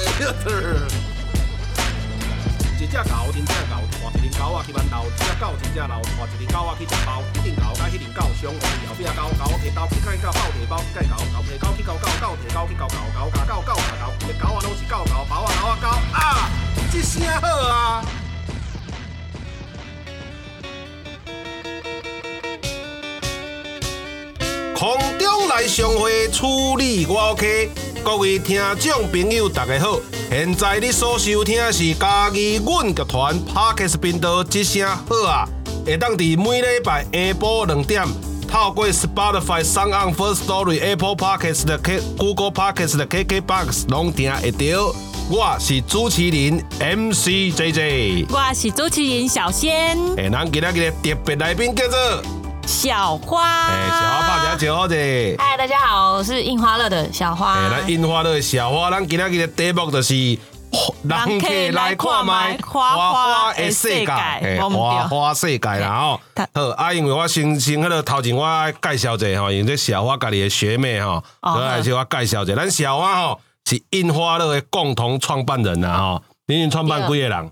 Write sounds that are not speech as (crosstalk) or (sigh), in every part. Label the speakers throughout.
Speaker 1: 一只狗，真正狗，换一只狗啊去馒头；一只狗，真正流，换一只狗啊去食包。一只狗甲迄只狗相换，后壁狗狗摕刀去甲迄狗狗摕包，去甲狗狗摕狗去狗狗，狗摕狗去狗狗，狗甲狗狗甲狗，一狗啊拢是狗狗，包啊狗啊狗啊，即声好啊！
Speaker 2: 空中来相会，处理我 OK。各位听众朋友，大家好，现在你所收听的是嘉义阮剧团 Parkes 频道之声好啊，会当伫每礼拜下晡两点，透过 Spotify、s o n On First Story、Apple Parkes 的 K、Google Parkes 的 KKBox 拢听会到。我是主持人 MC JJ，
Speaker 3: 我是主持人小仙
Speaker 2: 诶，咱今仔日的特别来宾叫做
Speaker 3: 小花。
Speaker 2: 诶、哎小花爸，大家招好者。
Speaker 3: 嗨，大家好，我是印花乐的小花。
Speaker 2: 诶，哎咱印花乐小花，咱今仔日的题目就是哦人客来看卖
Speaker 3: 花花的世界
Speaker 2: 嘿
Speaker 3: 我们对
Speaker 2: 花花世界啦吼。
Speaker 3: 嘿
Speaker 2: 好，啊，因为我先先迄个头前我介绍者吼，因为这小花家己的学妹吼，
Speaker 3: 哦
Speaker 2: 所以来是我介绍者。咱小花吼是印花乐的共同创办人啦吼，恁创办几个人？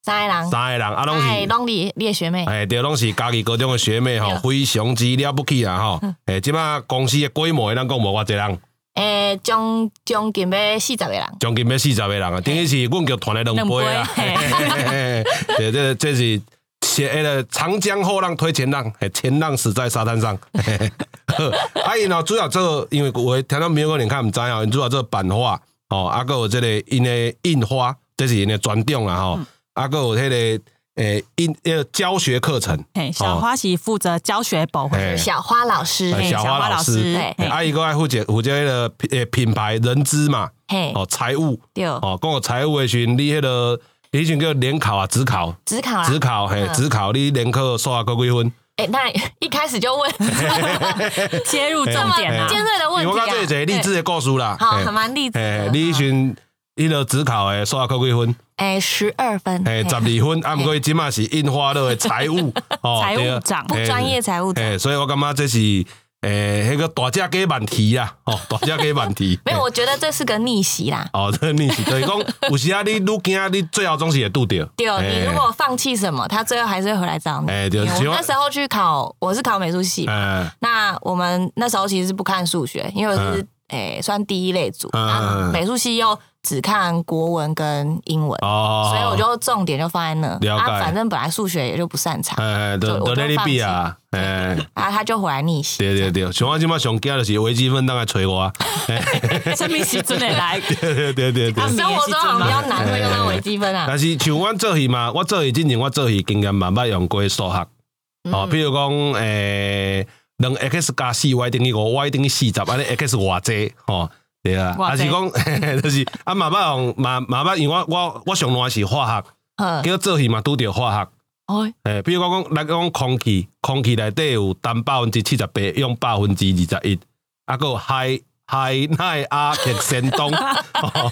Speaker 4: 三个人，
Speaker 2: 三个人啊，拢
Speaker 4: 哎，
Speaker 2: 是。
Speaker 4: 拢你你的学妹，
Speaker 2: 哎，对，拢是家己高中的学妹吼，非常之了不起啊吼！
Speaker 3: 嗯
Speaker 2: 哎，即摆公司的规模，咱讲无偌济人，
Speaker 4: 诶，将将近要四十个人，
Speaker 2: 将近要四十个人啊，等于是阮剧团的两倍啊！
Speaker 3: 两倍
Speaker 2: 嘿嘿嘿对，这这是前那个长江后浪推前浪，嘿前浪死在沙滩上。嘿嘿 (laughs) 好啊，因哦，主要做，因为有的听到没有可能看毋知哦，因主要做版画哦，啊，还有这个因的印花，这是因的专长啊吼，啊，还有迄个诶印那个教学课程，
Speaker 3: 嘿，小花是负责教学保护。
Speaker 2: 嘿
Speaker 4: 小花老师，哎
Speaker 2: 哎
Speaker 3: 嘿
Speaker 2: 小花老师，
Speaker 3: 小花
Speaker 4: 老师
Speaker 2: 嘿
Speaker 3: 嘿
Speaker 2: 啊，伊个爱负责负责迄个诶品牌人资嘛，
Speaker 4: 嘿，
Speaker 2: 哦财务，
Speaker 4: 对，
Speaker 2: 哦讲有财务的时阵，你迄个你迄阵叫联考啊，职考，
Speaker 4: 只考
Speaker 2: 职
Speaker 4: 啦，
Speaker 2: 考嘿，
Speaker 4: 嗯
Speaker 2: 职考你联考数学考几分？
Speaker 4: 诶，那一开始就问
Speaker 3: 切入重点啊
Speaker 4: 这么！尖锐的问
Speaker 2: 因为我
Speaker 4: 题
Speaker 2: 讲
Speaker 4: 啊
Speaker 2: 这，个励志的故事啦，
Speaker 4: 好，
Speaker 2: 嘿
Speaker 4: 还蛮励志
Speaker 2: 嘿
Speaker 4: 的，，
Speaker 2: 你迄阵迄个职考诶数学啊考几分？
Speaker 4: 诶，哎十二分，
Speaker 2: 诶，十二分，啊，毋过伊即嘛是印花乐的财
Speaker 4: (laughs)
Speaker 2: 务，哦
Speaker 3: 财务
Speaker 2: 对啊
Speaker 3: 长
Speaker 4: 不专业财务长，，
Speaker 2: 诶，所以我感觉这是诶迄个大家给问题啊，哦，大家给问题
Speaker 4: (laughs) 没有，我觉得这是个逆袭啦，
Speaker 2: 哦，这逆是就是讲，有时啊，你愈惊，你最后总是会拄着。
Speaker 4: 对，你如果放弃什么，他最后还是会回来找你，
Speaker 2: 哎
Speaker 4: 因
Speaker 2: 对
Speaker 4: 为我
Speaker 2: 喜欢
Speaker 4: 那时候去考，我是考美术系嘛，
Speaker 2: 哎，
Speaker 4: 那我们那时候其实是不看数学，因为我是诶、算第一类组，
Speaker 2: 嗯
Speaker 4: 那美术系又只看国文跟英文，
Speaker 2: 哦，
Speaker 4: (laughs) 所以我就重点就放在那。
Speaker 2: 了解
Speaker 4: 啊，反正本来数学也就不擅长，
Speaker 2: 哎，哎，
Speaker 4: 就
Speaker 2: 就
Speaker 4: 我
Speaker 2: 就
Speaker 4: 就
Speaker 2: 那里
Speaker 4: 放
Speaker 2: 比
Speaker 4: 弃
Speaker 2: 啊，哎，
Speaker 4: (laughs) 啊，他就回来逆袭。
Speaker 2: 对对对，像我即摆上惊就是微积分，当来找我，啊
Speaker 3: 生命时阵的来，
Speaker 2: (laughs) 对对对对对
Speaker 3: 啊。
Speaker 4: 生活中好像比较难会用到微积分啊。
Speaker 2: 但是像我做戏嘛，我做戏之前我做戏经验嘛，捌用过数学，
Speaker 4: 嗯
Speaker 2: 哦，比如讲诶，两 x 加四 y 等于五，y 等于四十，安尼 x 偌济，吼。对啊，
Speaker 3: 偌
Speaker 2: 还
Speaker 3: 济
Speaker 2: 是讲， (laughs) 嘿嘿就是啊，嘛捌用嘛嘛捌，因为我我我上烂是化学，
Speaker 4: 嗯
Speaker 2: 叫做戏嘛拄着化学，
Speaker 3: 哦，
Speaker 2: 诶，比如讲讲，咱讲空气，空气内底有氮百分之七十八，用百分之二十一，啊，还有海海奈阿克山东， (laughs) 哦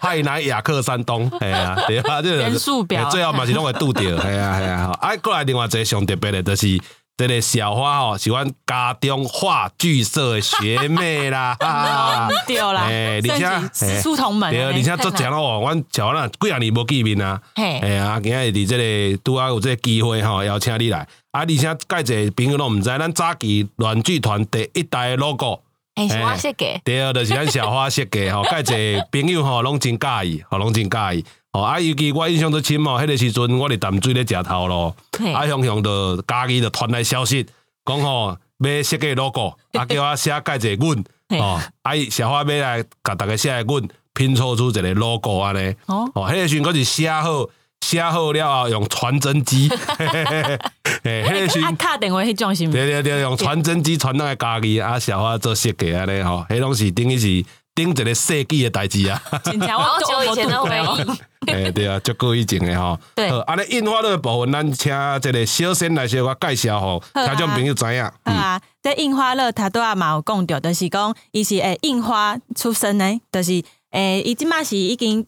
Speaker 2: 海奈亚克山东，系啊，对啊，这
Speaker 3: 元素表
Speaker 2: 嘿最后嘛是拢会拄着，系啊系啊，吼啊，过来另外一个上特别的，就是这个小花吼，是阮家中话剧社的学妹啦，
Speaker 3: (laughs)
Speaker 2: 哈
Speaker 3: 对啦，
Speaker 2: 哎你
Speaker 3: 甚
Speaker 2: 这
Speaker 3: 至师出同门
Speaker 2: 对，
Speaker 3: 啊。
Speaker 2: 而
Speaker 3: 呢
Speaker 2: 且做正哦，阮小花啦，几啊年无见面啊。哎
Speaker 4: 嘿，
Speaker 2: 呀，今日伫即个拄啊有即个机会吼，邀请你来。啊，而且介济朋友拢毋知，咱早期软剧团第一代的 logo，
Speaker 4: 哎，
Speaker 2: 哎
Speaker 4: 是我写给，
Speaker 2: 第二就是咱小花设计吼，介济朋友吼拢真介意，吼拢真介意。吼啊，尤其我印象最深哦，迄个时阵我伫淡水咧食头路，
Speaker 4: 嘿
Speaker 2: 啊，雄雄就家己就传来消息，讲吼要设计 logo，啊，叫我写介济阮
Speaker 3: 嘿
Speaker 2: 吼，啊，伊小花要来甲逐个写的阮拼凑出一个 logo 安尼。
Speaker 3: 哦，
Speaker 2: 哦，迄个时阵佫是写好，写好了后用传真机，嘿嘿嘿嘿嘿，迄个时
Speaker 3: 啊，
Speaker 2: 阵，
Speaker 3: 卡电话迄种是毋？
Speaker 2: 啊对对对，用传真机传到个家己啊，小花做设计安尼吼，迄拢是等于是顶一个世纪的代志
Speaker 3: (laughs)
Speaker 2: 啊。
Speaker 3: 真正
Speaker 4: 好
Speaker 3: 我
Speaker 4: 久以前的回忆，
Speaker 2: 诶、对啊，足够以前的吼。
Speaker 4: 对
Speaker 2: 好安尼印花乐部分，咱请这个小仙来小我介绍吼，
Speaker 3: 好啊
Speaker 2: 听众朋友知影。
Speaker 3: 好啊，这印花乐他都啊嘛有讲着，就是讲伊是诶印花出身的，就是诶伊即嘛是已经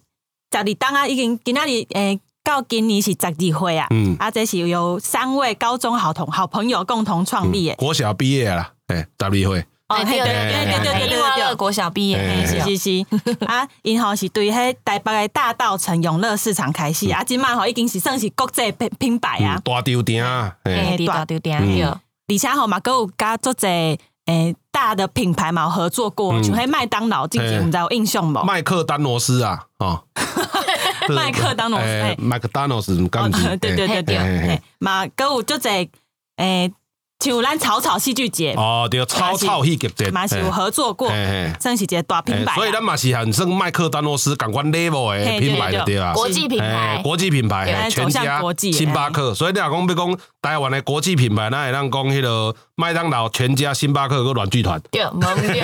Speaker 3: 十二档啊，已经今仔日诶到今年是十二岁啊，
Speaker 2: 嗯
Speaker 3: 啊这是由三位高中好同好朋友共同创立的。
Speaker 2: 国小毕业啦，诶、十二岁，
Speaker 3: 哦，嘿对对
Speaker 2: 哎
Speaker 3: 对对对对
Speaker 4: 樱花乐
Speaker 3: 对
Speaker 4: 国小毕业
Speaker 2: 哎
Speaker 4: 那
Speaker 2: 哎
Speaker 4: 些
Speaker 2: 哎，
Speaker 3: 对，是是是啊，因吼是对迄台北的大道城永乐市场开始，啊，即嘛吼已经是算是国际品品牌
Speaker 2: 嗯
Speaker 3: 啊，
Speaker 2: 大吊鼎啊，诶、
Speaker 4: 哎，
Speaker 3: 哎
Speaker 4: 对
Speaker 3: 大
Speaker 4: 对对
Speaker 2: 嗯
Speaker 4: 对，
Speaker 3: 而且吼嘛，佮有甲做者诶大的品牌嘛有合作过，
Speaker 2: 嗯
Speaker 3: 像迄麦当劳，之前毋知有印象无？
Speaker 2: 麦克丹罗斯啊，哦，
Speaker 3: (laughs) 麦克当劳
Speaker 2: (laughs)
Speaker 3: 斯
Speaker 2: 诶
Speaker 3: 哎
Speaker 2: 麦克丹罗斯，
Speaker 3: 哦
Speaker 2: 刚不是、
Speaker 3: 对对
Speaker 2: 嘿
Speaker 3: 对对，
Speaker 2: 嘿嘿
Speaker 3: 嘿嘛佮有做者诶，像咱草草戏剧节
Speaker 2: 哦，对，草草戏剧节，
Speaker 3: 嘛是有
Speaker 2: 嘿
Speaker 3: 合作过
Speaker 2: 嘿嘿，
Speaker 3: 算是一个大品
Speaker 2: 嘿
Speaker 3: 牌啊。
Speaker 2: 哎所以咱嘛是很算麦克丹罗斯，赶快 level 的
Speaker 3: 嘿
Speaker 2: 品牌就对啊。
Speaker 4: 国际品
Speaker 2: 嘿
Speaker 4: 牌，
Speaker 2: 国际品牌，
Speaker 3: 对
Speaker 2: 嘿全
Speaker 3: 走向
Speaker 2: 家、
Speaker 3: 国际
Speaker 2: 星巴克，所以你若讲要讲台湾的国际品牌，那会咱讲迄个麦当劳、全家、星巴克个软剧团，
Speaker 4: 对，蒙
Speaker 2: (laughs)
Speaker 4: 对，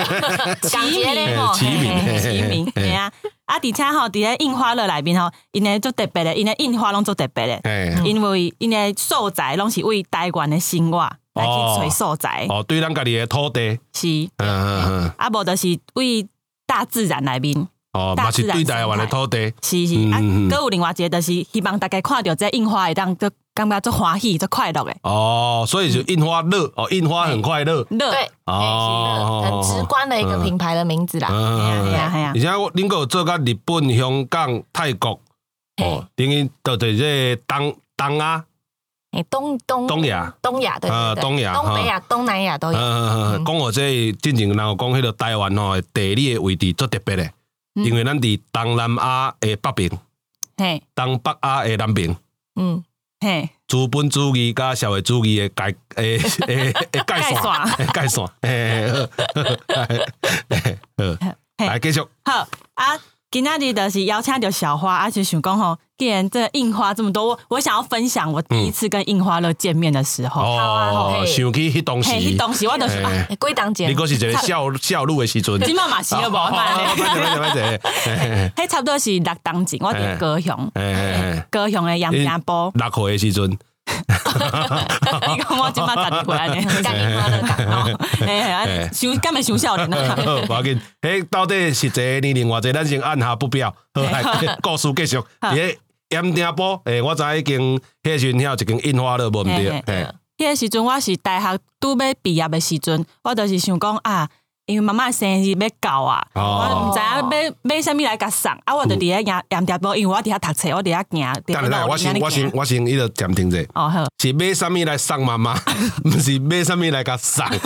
Speaker 4: 港杰联盟，
Speaker 2: 齐名
Speaker 4: 嘿嘿
Speaker 2: 嘿嘿
Speaker 3: 齐名，
Speaker 2: 嘿
Speaker 3: 嘿啊！啊，而且吼，伫咧印花乐内面吼，因诶做特别的，因诶印花拢做特别的，
Speaker 2: 嘿，
Speaker 3: 因为因诶素材拢是为台湾的生活来
Speaker 2: 哦
Speaker 3: 去找素材，
Speaker 2: 哦，对咱家己的土地，
Speaker 3: 是
Speaker 2: 嗯嗯嗯，
Speaker 3: 啊，无就是为大自然内面，
Speaker 2: 哦，嘛
Speaker 3: 大
Speaker 2: 是
Speaker 3: 自然
Speaker 2: 对台湾的土地，
Speaker 3: 是是
Speaker 2: 嗯
Speaker 3: 啊，
Speaker 2: 嗯嗯
Speaker 3: 搁有另外一个就是希望大家看到这印花会当，就感觉足欢喜、足快乐的
Speaker 2: 哦，所以就印花乐，哦，印花很快乐，
Speaker 3: 乐，
Speaker 4: 对，
Speaker 2: 哦
Speaker 4: 哎是的很直观的一个品牌的名字啦。
Speaker 2: 嗯嗯嗯
Speaker 3: 嘿啊
Speaker 2: 嗯
Speaker 3: 嘿啊
Speaker 2: 而且我恁还有做到日本、香港、泰国，哦，等于就对这个东东亚，
Speaker 4: 哎，东东
Speaker 2: 东亚，
Speaker 4: 东亚对
Speaker 2: 呃
Speaker 4: 对对
Speaker 2: 东亚
Speaker 4: 东北亚、东南亚
Speaker 3: 哦
Speaker 4: 都
Speaker 2: 嗯
Speaker 4: 有。
Speaker 2: 嗯嗯，
Speaker 4: 嗯
Speaker 2: 讲我这进前人有讲迄个台湾吼的地理的位置足特别的，
Speaker 3: 嗯
Speaker 2: 因为咱伫东南亚的北边，
Speaker 3: 嘿
Speaker 2: 东北亚的南边，
Speaker 4: 嗯，
Speaker 3: 嘿，
Speaker 2: 资本主义甲社会主义的界诶诶
Speaker 3: (laughs)
Speaker 2: 诶界线
Speaker 3: 界
Speaker 2: 界线，
Speaker 3: (laughs)
Speaker 2: 诶，好
Speaker 3: 嘿
Speaker 2: 来继续，
Speaker 3: 好啊。今仔日就是邀请到小花，啊，就想讲吼，既然这印花这么多，我我想要分享我第一次跟印花乐见面的时候，
Speaker 4: 啊好
Speaker 2: 哦，
Speaker 4: 嘿
Speaker 2: 想起迄当时，
Speaker 3: 嘿，迄
Speaker 2: 你
Speaker 3: 东西我就是
Speaker 2: 嘿
Speaker 3: 啊，
Speaker 4: 哎归档节
Speaker 2: 还是一个少少女的时阵，哦
Speaker 3: 今麦嘛是了啊无嘛，
Speaker 2: 歹势歹势，
Speaker 3: 迄差不多是六当前，我
Speaker 2: 嘿
Speaker 3: 伫高雄，
Speaker 2: 诶，，
Speaker 3: 高雄的杨家堡
Speaker 2: (laughs) 六岁的时阵，
Speaker 3: 你讲我今麦十二
Speaker 2: (laughs)
Speaker 3: 岁安尼，
Speaker 4: 干
Speaker 3: (laughs)
Speaker 4: 樱花乐港哦，
Speaker 3: 哎哎，啊想干咪想少
Speaker 2: (laughs)
Speaker 3: 年啊？ (laughs)
Speaker 2: 无要紧，迄到底实际年龄偌济，咱先按下不表。好，来故事
Speaker 3: (laughs)
Speaker 2: 继续。伫咧盐埕埔，诶，我知已经迄时阵遐有一间印花了，无毋对
Speaker 3: 嘿嘿？
Speaker 2: 嘿
Speaker 3: 迄个时阵我是大学拄要毕业的时阵，我就是想讲啊，因为妈妈生日要到啊，
Speaker 2: 哦
Speaker 3: 我毋知影要买啥物来甲送，啊，我就伫咧盐盐埕埔，因为我伫遐读册，我伫遐行，伫
Speaker 2: 等下等下，我先我先。我先，伊就暂停者。
Speaker 3: 哦好， (laughs)
Speaker 2: 是买啥物来送妈 (laughs) 妈，毋是买啥物来甲送。 (laughs)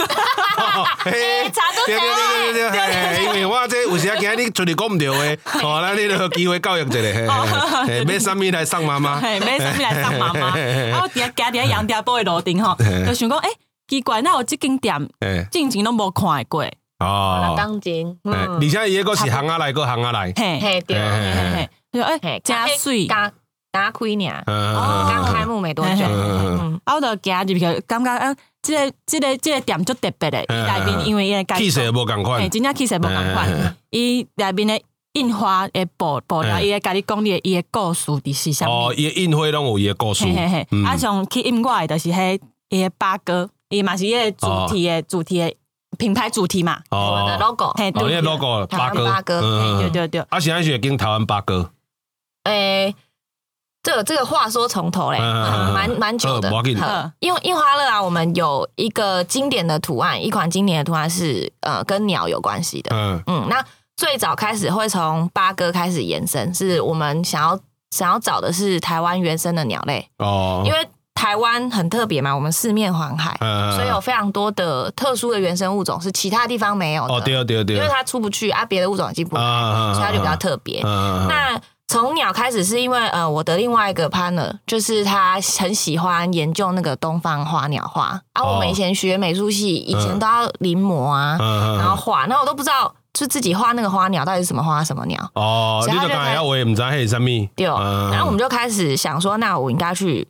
Speaker 2: 哦嘿
Speaker 4: 查 (laughs)
Speaker 2: (laughs)
Speaker 4: 到
Speaker 2: 对对对对对
Speaker 3: 对
Speaker 2: 嘿，因为我这有时啊，今日你出去讲毋对
Speaker 4: (laughs)
Speaker 2: 话，吼，咱你著机会教育一下嘿嘿。嘿买啥物来送妈妈？
Speaker 3: 嘿，买啥物来送
Speaker 2: (laughs)
Speaker 3: 妈妈？啊，我伫遐行伫咧盐埕埔的路顶吼，就想讲，诶，奇怪，那有即间店
Speaker 2: 诶，
Speaker 3: 进前拢无看过，
Speaker 2: 哦，
Speaker 4: 当今，
Speaker 2: 嘿
Speaker 4: 嗯
Speaker 2: 而，且伊迄个是行啊来，个行啊来。
Speaker 3: 嘿，嘿
Speaker 4: 嘿对，
Speaker 2: 嘿嘿
Speaker 3: 嘿，就诶
Speaker 4: 嘿，，
Speaker 3: 真水。
Speaker 4: 刚刚开呢，
Speaker 2: 哎嗯
Speaker 4: 哦刚开幕没多久
Speaker 3: 嘿，
Speaker 2: 嗯
Speaker 4: 嗯，
Speaker 3: 啊，我就行入去，感觉啊，即、个、即、个、即、个店足特别的，伊
Speaker 2: 嗯
Speaker 3: 内面因为伊的
Speaker 2: 气势也无共款
Speaker 3: 嘿，，真正气势无共
Speaker 2: 嗯嗯嗯
Speaker 3: 款，伊内面的印花的布布料，
Speaker 2: 嗯
Speaker 3: 伊会甲你讲你的伊的故事伫是啥物
Speaker 2: 哦，，嗯伊的印花拢有伊的故事
Speaker 3: 嘿嘿嘿，，啊，像去音乐的就是迄伊的八哥，伊嘛是迄个主题的主题的品牌主题嘛，
Speaker 4: 我们的
Speaker 2: 哦，
Speaker 4: logo，
Speaker 3: 嘿，
Speaker 2: 哦，
Speaker 3: 对
Speaker 2: 迄 logo 八哥，嗯
Speaker 3: 对对对，
Speaker 2: 啊，是安是跟台湾八哥，
Speaker 4: 诶，这个这个话说从头嘞，
Speaker 2: 嗯嗯嗯
Speaker 4: 蛮蛮久的
Speaker 2: 呃不要紧。
Speaker 4: 呵因为印花乐啊，我们有一个经典的图案，一款经典的图案是呃跟鸟有关系的。
Speaker 2: 嗯，
Speaker 4: 嗯，那最早开始会从八哥开始延伸，是我们想要想要找的是台湾原生的鸟类，
Speaker 2: 哦，
Speaker 4: 因为台湾很特别嘛，我们四面环海，
Speaker 2: 嗯
Speaker 4: 所以有非常多的特殊的原生物种是其他地方没有的。
Speaker 2: 哦，对对对，
Speaker 4: 因为它出不去啊，别的物种已经不来，
Speaker 2: 啊
Speaker 4: 所以它就比较特别。
Speaker 2: 嗯
Speaker 4: 那从鸟开始，是因为呃，我的另外一个 partner 就是他很喜欢研究那个东方花鸟画啊。
Speaker 2: 哦
Speaker 4: 我们以前学美术系，以前都要临摹啊，
Speaker 2: 嗯
Speaker 4: 然后画，那我都不知道就自己画那个花鸟到底是什么花什么鸟。
Speaker 2: 哦，你就讲我也毋知迄是啥物，
Speaker 4: 对，然后我们
Speaker 2: 就
Speaker 4: 就开始想说，那我应该去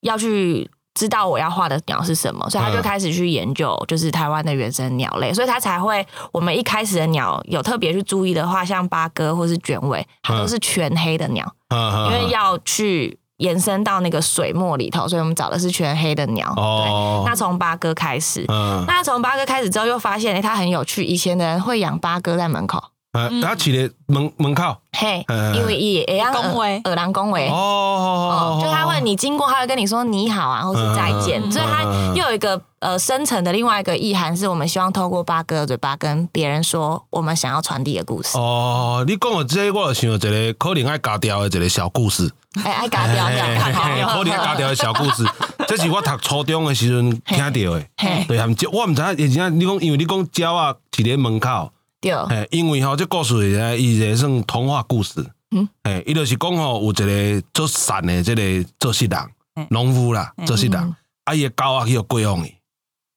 Speaker 4: 要去知道我要画的鸟是什么，所以他就
Speaker 2: 嗯
Speaker 4: 开始去研究，就是台湾的原生鸟类，所以他才会我们一开始的鸟有特别去注意的话，像八哥或是卷尾，它
Speaker 2: 嗯
Speaker 4: 都是全黑的鸟，因
Speaker 2: 因
Speaker 4: 为要去延伸到那个水墨里头，所以我们找的是全黑的鸟。
Speaker 2: 哦
Speaker 4: 对，那从八哥开始，
Speaker 2: 嗯，
Speaker 4: 那从八哥开始之后，又发现哎、诶它很有趣。以前的人会养八哥在门口，
Speaker 2: 啊，
Speaker 3: 嗯
Speaker 2: 他起咧门门口
Speaker 4: 嘿，
Speaker 2: 嗯
Speaker 4: 因为也也让
Speaker 3: 恭维
Speaker 4: 耳狼恭维。
Speaker 2: 哦
Speaker 4: 哦，，就他问你经过，他会跟你说你好啊，或是再见，
Speaker 3: 嗯
Speaker 4: 所以他
Speaker 2: 嗯
Speaker 4: 又有一个呃深层的另外一个意涵，是我们希望透过八哥的嘴巴跟别人说我们想要传递的故事。
Speaker 2: 哦，你讲的这个，我就想到一个可能爱加掉的一个小故事，
Speaker 4: 哎，爱嘎掉掉
Speaker 2: 嘿
Speaker 4: 嘎
Speaker 2: 嘿嘿
Speaker 4: 掉，
Speaker 2: 可能爱加掉的小故
Speaker 4: (laughs)
Speaker 2: 事，这是我读初中的时阵听到的。
Speaker 4: 嘿，
Speaker 2: 对，含鸟我毋知影，而且你讲，因为你讲鸟啊，伫咧门口，
Speaker 4: 掉，
Speaker 2: 嘿，因为吼，这故事呢伊个算童话故事，
Speaker 4: 嗯，
Speaker 2: 嘿，伊就是讲吼，有一个做善的即个做事人
Speaker 3: 嗯，
Speaker 2: 农夫啦，
Speaker 3: 嗯
Speaker 2: 做事人，
Speaker 4: 嗯
Speaker 2: 啊，伊个狗啊去互过往去，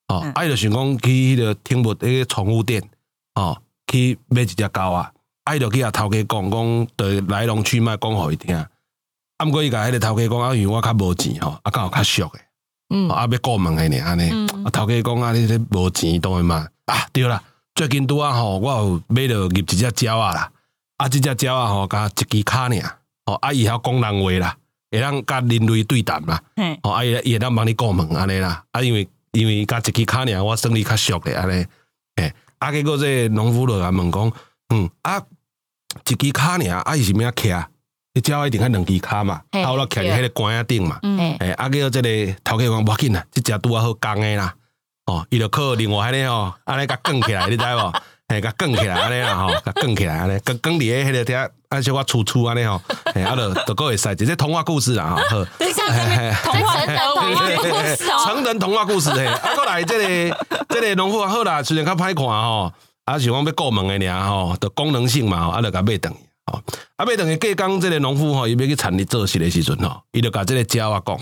Speaker 2: 哦
Speaker 3: 嗯，
Speaker 2: 啊，伊就想讲去迄个听物迄个宠物店，哦，去买一只狗啊，啊，伊就去甲头家讲讲，对来龙去脉讲互伊听，啊，毋过伊甲迄个头家讲，啊，因为我较无钱吼，啊，敢有较俗诶。
Speaker 4: 嗯
Speaker 2: 哦，啊，要过门诶呢，安尼
Speaker 3: 嗯，
Speaker 2: 啊，头家讲啊，你这无钱当然嘛，啊，对啦，最近拄啊吼，我有买着入一只鸟啊啦，啊，即只鸟啊吼，甲一支骹尔，哦，啊，伊会晓讲人话啦，会当甲人类对谈啦，
Speaker 3: 嘿，
Speaker 2: 哦，啊，伊伊会当帮你过门安尼啦，啊，因为因为甲一支骹尔，我算你较俗咧安尼，诶，啊，结果这个农夫就甲问讲，嗯，啊，一支骹尔，啊，伊是咩啊徛？你鸟一定爱两支骹嘛，
Speaker 4: 嘿
Speaker 2: 头落徛伫迄个杆仔顶嘛。
Speaker 3: 嗯，
Speaker 4: 嘿，
Speaker 2: 诶、啊，叫即个头家讲无要紧啦，即只拄啊好讲诶啦。哦，伊就靠另外迄个吼，安尼甲卷起来，你知无？嘿，甲卷起来安尼啦吼，甲卷起来安尼，卷卷伫诶迄个遐，啊小可粗粗安尼吼，嘿，啊就就够会使，即个童话故事啦吼。好
Speaker 3: 这像这边童话
Speaker 4: 这成人童话
Speaker 3: 故事哦
Speaker 2: 哎成人童话故
Speaker 3: (laughs)
Speaker 2: 事嘿，啊，过来即个即个农夫啊好啦，虽然较歹看吼，啊是讲要顾问诶尔吼，就功能性嘛吼，啊就甲买断去。吼，啊买断去隔工即个农夫吼，伊要去田里做事诶时阵吼，伊就甲即个鸟仔讲。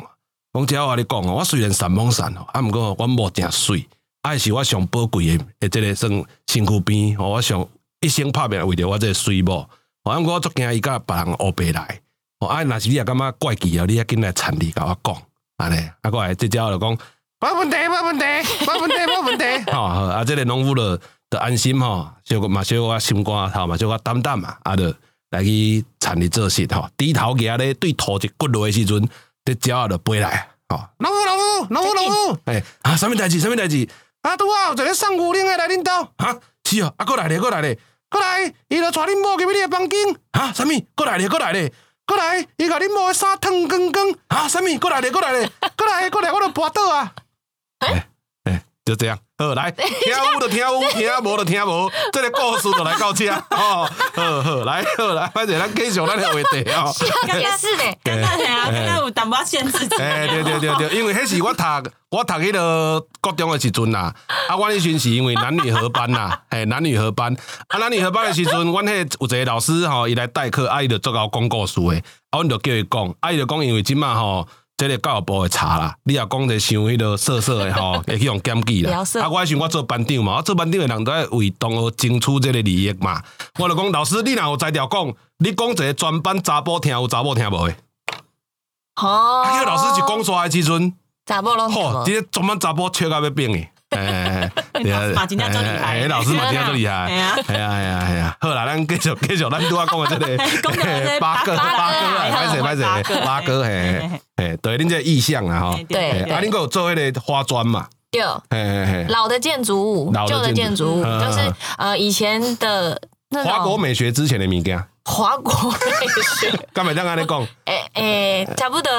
Speaker 2: 讲只我你讲哦，我虽然散懵散哦，啊，毋过我某诚水，啊，伊是我上宝贵的，诶，即个算身躯边，哦，我上一生拍拼为着我即个水某，哦，啊，毋过我足惊伊甲别人乌白来，哦，啊，若是你也感觉怪奇哦，你也紧来田里甲我讲，安尼，啊，过来即只就讲，无问题，无问题，无问题，无问题，吼、 (laughs) 好啊，即、个农夫就就安心吼，小可嘛小我心肝头嘛小我胆胆嘛，啊，就来去田里做事吼，低头行咧对土一骨落的时阵。这鸟啊就飞来，哦，老夫老夫老夫老夫，哎啊，什么代志什么代志？啊，拄啊，有一个送牛奶的来恁兜，哈，是哦，啊，过来咧，过来咧，过来，伊就带恁某入去你的房间，哈，什么？过来咧，过来咧。过来，伊甲恁某的衫脱光光，啊，什么？过来咧，过来咧， (laughs) 过来，过来，我都跋倒啊！哎哎，就这样，好来，听有就听有，听无就听无，这个故事就来到这，哦，好好来好来，反正咱继续咱的话题哦。
Speaker 4: 也是呢，
Speaker 3: 刚刚啊，刚刚有淡薄限制，
Speaker 2: 诶、哎对对对对，因为迄是我读我读迄个高中的时阵啦，啊，我迄阵是因为男女合班啦， (laughs) 嘿，男女合班，啊，男女合班的时阵，阮迄有一个老师吼，伊来代课，啊，伊就做到讲故事诶，啊，阮就叫伊讲，啊，伊就讲因为即满吼。即个教育部会查啦，你若讲者像迄个色色的
Speaker 4: (laughs)
Speaker 2: 吼，会去用检举啦。
Speaker 4: 聊色
Speaker 2: 啊，我迄时我做班长嘛，我做班长的人都爱为同学争取即个利益嘛。我就讲老师，你若有才调讲，你讲一个全班查甫听有查某听无的。
Speaker 4: 哦
Speaker 2: 啊，迄个老师是讲出来的时阵，
Speaker 4: 咋不拢
Speaker 2: 吼，
Speaker 4: 什
Speaker 2: 直接哦专门查甫笑到要
Speaker 4: (laughs)
Speaker 2: 变诶。哎，哎
Speaker 3: 老师嘛真正足厉害
Speaker 2: 哎老师嘛真正足厉
Speaker 3: 哎
Speaker 2: 害。
Speaker 3: 呀，
Speaker 2: 哎呀哎呀哎呀！好啦，咱继续继续，咱拄啊讲的这
Speaker 4: (laughs)
Speaker 3: 讲到这
Speaker 2: 个 (laughs)
Speaker 3: 个
Speaker 2: 八哥
Speaker 3: 八
Speaker 4: 哥
Speaker 2: 八哥
Speaker 4: 啊
Speaker 2: 啊，拍势拍
Speaker 3: 哎八
Speaker 2: 势
Speaker 3: 哥
Speaker 2: 八哥嘿
Speaker 3: 嘿嘿，
Speaker 2: 哎，对恁这个意向啊吼
Speaker 3: 嘿，
Speaker 4: 哎对
Speaker 2: 嘿啊恁个有做迄个花砖嘛，
Speaker 4: 掉？
Speaker 2: 嘿嘿
Speaker 4: 老的建筑物
Speaker 2: 老，的
Speaker 4: 旧的
Speaker 2: 建
Speaker 4: 建
Speaker 2: 筑
Speaker 4: 筑
Speaker 2: 物
Speaker 4: 物，
Speaker 2: 嗯
Speaker 4: 就是呃以前的那
Speaker 2: 嘿，
Speaker 4: 哦种
Speaker 2: 华国美学之前的物件，
Speaker 4: 华国美
Speaker 2: (laughs)
Speaker 4: 学，
Speaker 2: 干咪当安尼讲，
Speaker 4: 诶诶，差不多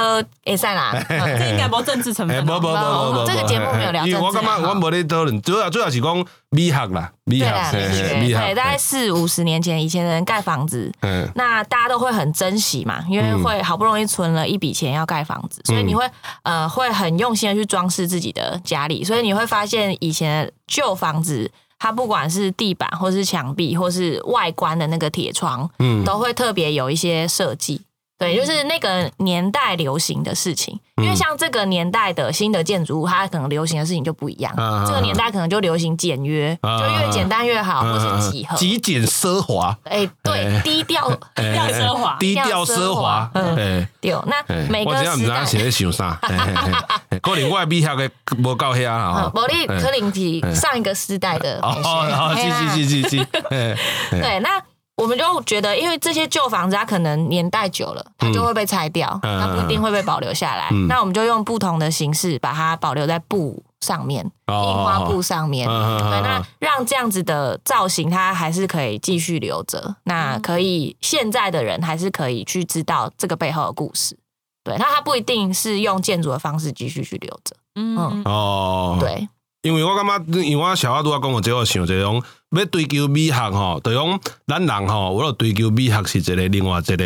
Speaker 4: 会
Speaker 2: (laughs)
Speaker 4: 使啦。嗯
Speaker 3: 这应该无政治成
Speaker 2: 哎，
Speaker 3: 分哦
Speaker 2: 无
Speaker 3: 吧，
Speaker 2: 无无无无，
Speaker 4: 这个节目没有聊
Speaker 2: 因为我感觉
Speaker 4: 政治啊
Speaker 2: 我无咧讨论，主要主要是讲美学啦，美
Speaker 4: 对
Speaker 2: 学，
Speaker 4: 啦，
Speaker 2: 嘿
Speaker 4: 美
Speaker 2: 嘿
Speaker 4: 学
Speaker 2: 美
Speaker 4: 对，
Speaker 2: 学，
Speaker 4: 大概
Speaker 2: 嘿
Speaker 4: 四五十年前以前的人盖房子，
Speaker 2: 嗯
Speaker 4: 那大家都会很珍惜嘛，因为会好不容易存了一笔钱要盖房子，所
Speaker 2: 嗯
Speaker 4: 以你会呃会很用心的去装饰自己的家里，所以你会发现以前的旧房子。它不管是地板，或是墙壁，或是外观的那个铁窗，
Speaker 2: 嗯
Speaker 4: 都会特别有一些设计。对，就是那个年代流行的事情，因
Speaker 2: 嗯
Speaker 4: 为像这个年代的新的建筑物，它可能流行的事情就不一样。
Speaker 2: 啊
Speaker 4: 这个年代可能就流行简约，
Speaker 2: 啊
Speaker 4: 就越简单越好，或是
Speaker 2: 嗯
Speaker 4: 几何。
Speaker 2: 极简奢华，
Speaker 4: 哎、对
Speaker 2: 哎，(laughs)
Speaker 4: 低调
Speaker 3: 要奢华
Speaker 2: 低调奢华，
Speaker 4: 要奢华
Speaker 2: 哎。
Speaker 4: 丢。那
Speaker 2: 嘿
Speaker 4: 每
Speaker 2: 我
Speaker 4: 个
Speaker 2: 真的不
Speaker 4: 时
Speaker 2: 知道
Speaker 4: 代，
Speaker 2: 是在想啥， (laughs) 嘿嘿嘿嘿可能我的美学的无够遐啦
Speaker 4: 嗯，
Speaker 2: 吼。
Speaker 4: 伯利
Speaker 2: 哎
Speaker 4: 可能提上一个时代的
Speaker 2: 哦
Speaker 4: 美学
Speaker 2: 哦，
Speaker 4: 嘿啊啦
Speaker 2: 是是是 (laughs) 是是，嘿嘿
Speaker 4: 对，那我们就觉得，因为这些旧房子它可能年代久了，它就会被拆掉，
Speaker 2: 嗯
Speaker 4: 它不一定会被保留下来。
Speaker 2: 嗯
Speaker 4: 那我们就用不同的形式把它保留在布上面，
Speaker 2: 哦
Speaker 4: 印花布上面。
Speaker 2: 嗯嗯
Speaker 4: 对，
Speaker 2: 嗯
Speaker 4: 那让这样子的造型，它还是可以继续留着。那可以，现在的人还是可以去知道这个背后的故事。对，那它不一定是用建筑的方式继续去留着。
Speaker 3: 嗯
Speaker 4: 嗯，
Speaker 2: 哦，，
Speaker 4: 对，
Speaker 2: 因为我感觉，因为我小可拄仔讲过这个，想着讲要追求美学吼，就讲咱人吼，我要追求美学是一个另外一个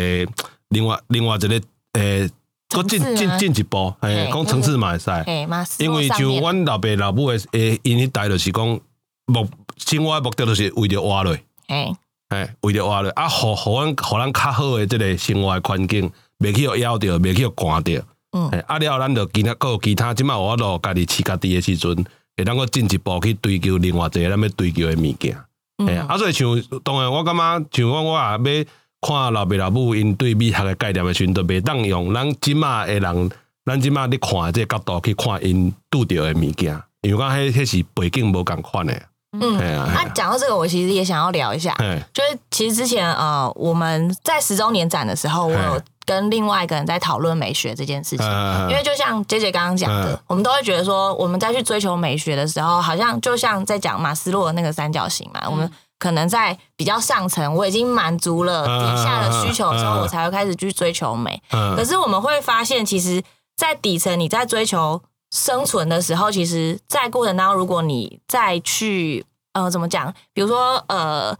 Speaker 2: 另外另外一个诶，搁
Speaker 4: 层次
Speaker 2: 进
Speaker 4: 吗
Speaker 2: 进进一步，诶，
Speaker 4: 嘿
Speaker 2: 讲层次嘛会使。
Speaker 4: 哎妈，斯
Speaker 2: 因
Speaker 4: 诺
Speaker 2: 为
Speaker 4: 上
Speaker 2: 像
Speaker 4: 面
Speaker 2: 阮老爸老母诶，诶，因迄代就是讲目生活的目的就是为着活落。
Speaker 4: 哎，
Speaker 2: 哎，为着活咧，啊，互互咱互咱较好诶，即个生活的环境，袂去互枵着，袂去互寒着。
Speaker 4: 嗯
Speaker 2: 哎，啊了，咱着其他还有其他，即摆有法度家己饲家己诶时阵，会咱个进一步去追求另外一个咱要追求诶物件。哎、
Speaker 4: 嗯，
Speaker 2: 啊，所以像当然，我感觉像我我也要看老爸老母因对美学诶概念诶时阵，就袂当用咱即摆诶人，咱即摆咧看诶即个角度去看因拄着诶物件，因为我讲迄迄是背景无共款诶。
Speaker 4: 嗯
Speaker 2: 哎呀，
Speaker 4: 那讲到这个，我其实也想要聊一下，
Speaker 2: 哎，
Speaker 4: 就是其实之前呃，我们在十周年展的时候，我有
Speaker 2: 嗯
Speaker 4: 跟另外一个人在讨论美学这件事情。
Speaker 2: 呃
Speaker 4: 因为就像姐姐刚刚讲的
Speaker 2: 嗯，
Speaker 4: 我们都会觉得说，我们在去追求美学的时候，好像就像在讲马斯洛的那个三角形
Speaker 2: 嗯
Speaker 4: 嘛。我们可能在比较上层，我已经满足
Speaker 2: 啊
Speaker 4: 了底下的需求
Speaker 2: 嗯
Speaker 4: 之
Speaker 2: 嗯嗯
Speaker 4: 后，
Speaker 2: 嗯
Speaker 4: 我才会开始去追求美。
Speaker 2: 嗯
Speaker 4: 可是我们会发现，其实，在底层你在追求生存的时候，其实，在过程当中，如果你再去呃怎么讲，比如说呃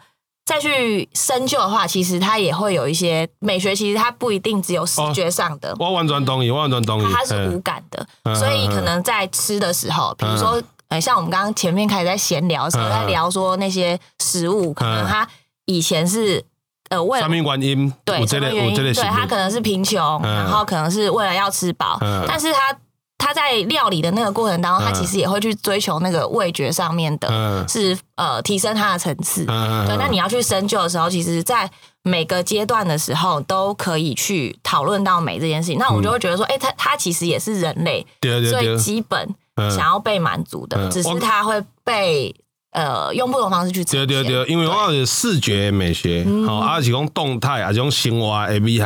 Speaker 4: 再去深究的话，其实它也会有一些美学，其实它不一定只有视觉上的。
Speaker 2: 我完全同意，我完全同意
Speaker 4: 它。它是
Speaker 2: 嘿
Speaker 4: 无感的，
Speaker 2: 哦嗯
Speaker 4: 所以可能在吃的时候，比如说，呃，像我们刚刚前面开始在闲聊的时候，
Speaker 2: 嗯
Speaker 4: 在聊说那些食物，可能它以前是呃为了
Speaker 2: 啥物原因？
Speaker 4: 对，
Speaker 2: 有这个
Speaker 4: 什么原
Speaker 2: 有
Speaker 4: 因？
Speaker 2: 这个
Speaker 4: 对
Speaker 2: 行
Speaker 4: 他
Speaker 2: 为
Speaker 4: 可能是贫穷，
Speaker 2: 嗯
Speaker 4: 然后可能是为了要吃饱，
Speaker 2: 嗯
Speaker 4: 但是他他在料理的那个过程当
Speaker 2: 嗯
Speaker 4: 中，他其实也会去追求那个味觉上面的，
Speaker 2: 嗯
Speaker 4: 是呃提升它的层次。
Speaker 2: 嗯
Speaker 4: 对，那你要去深究的时候，其实，在每个阶段的时候都可以去讨论到美这件事情。那我就会觉得说，哎、它它其实也是人类
Speaker 2: 对对对
Speaker 4: 最，基本
Speaker 2: 嗯
Speaker 4: 想要被满足的，
Speaker 2: 嗯
Speaker 4: 只
Speaker 2: 我
Speaker 4: 是它会被呃用不同方式去呈
Speaker 2: 对
Speaker 4: 现。
Speaker 2: 对对，因为我有视觉的美学，吼，啊是讲动态，啊是讲生活的美学。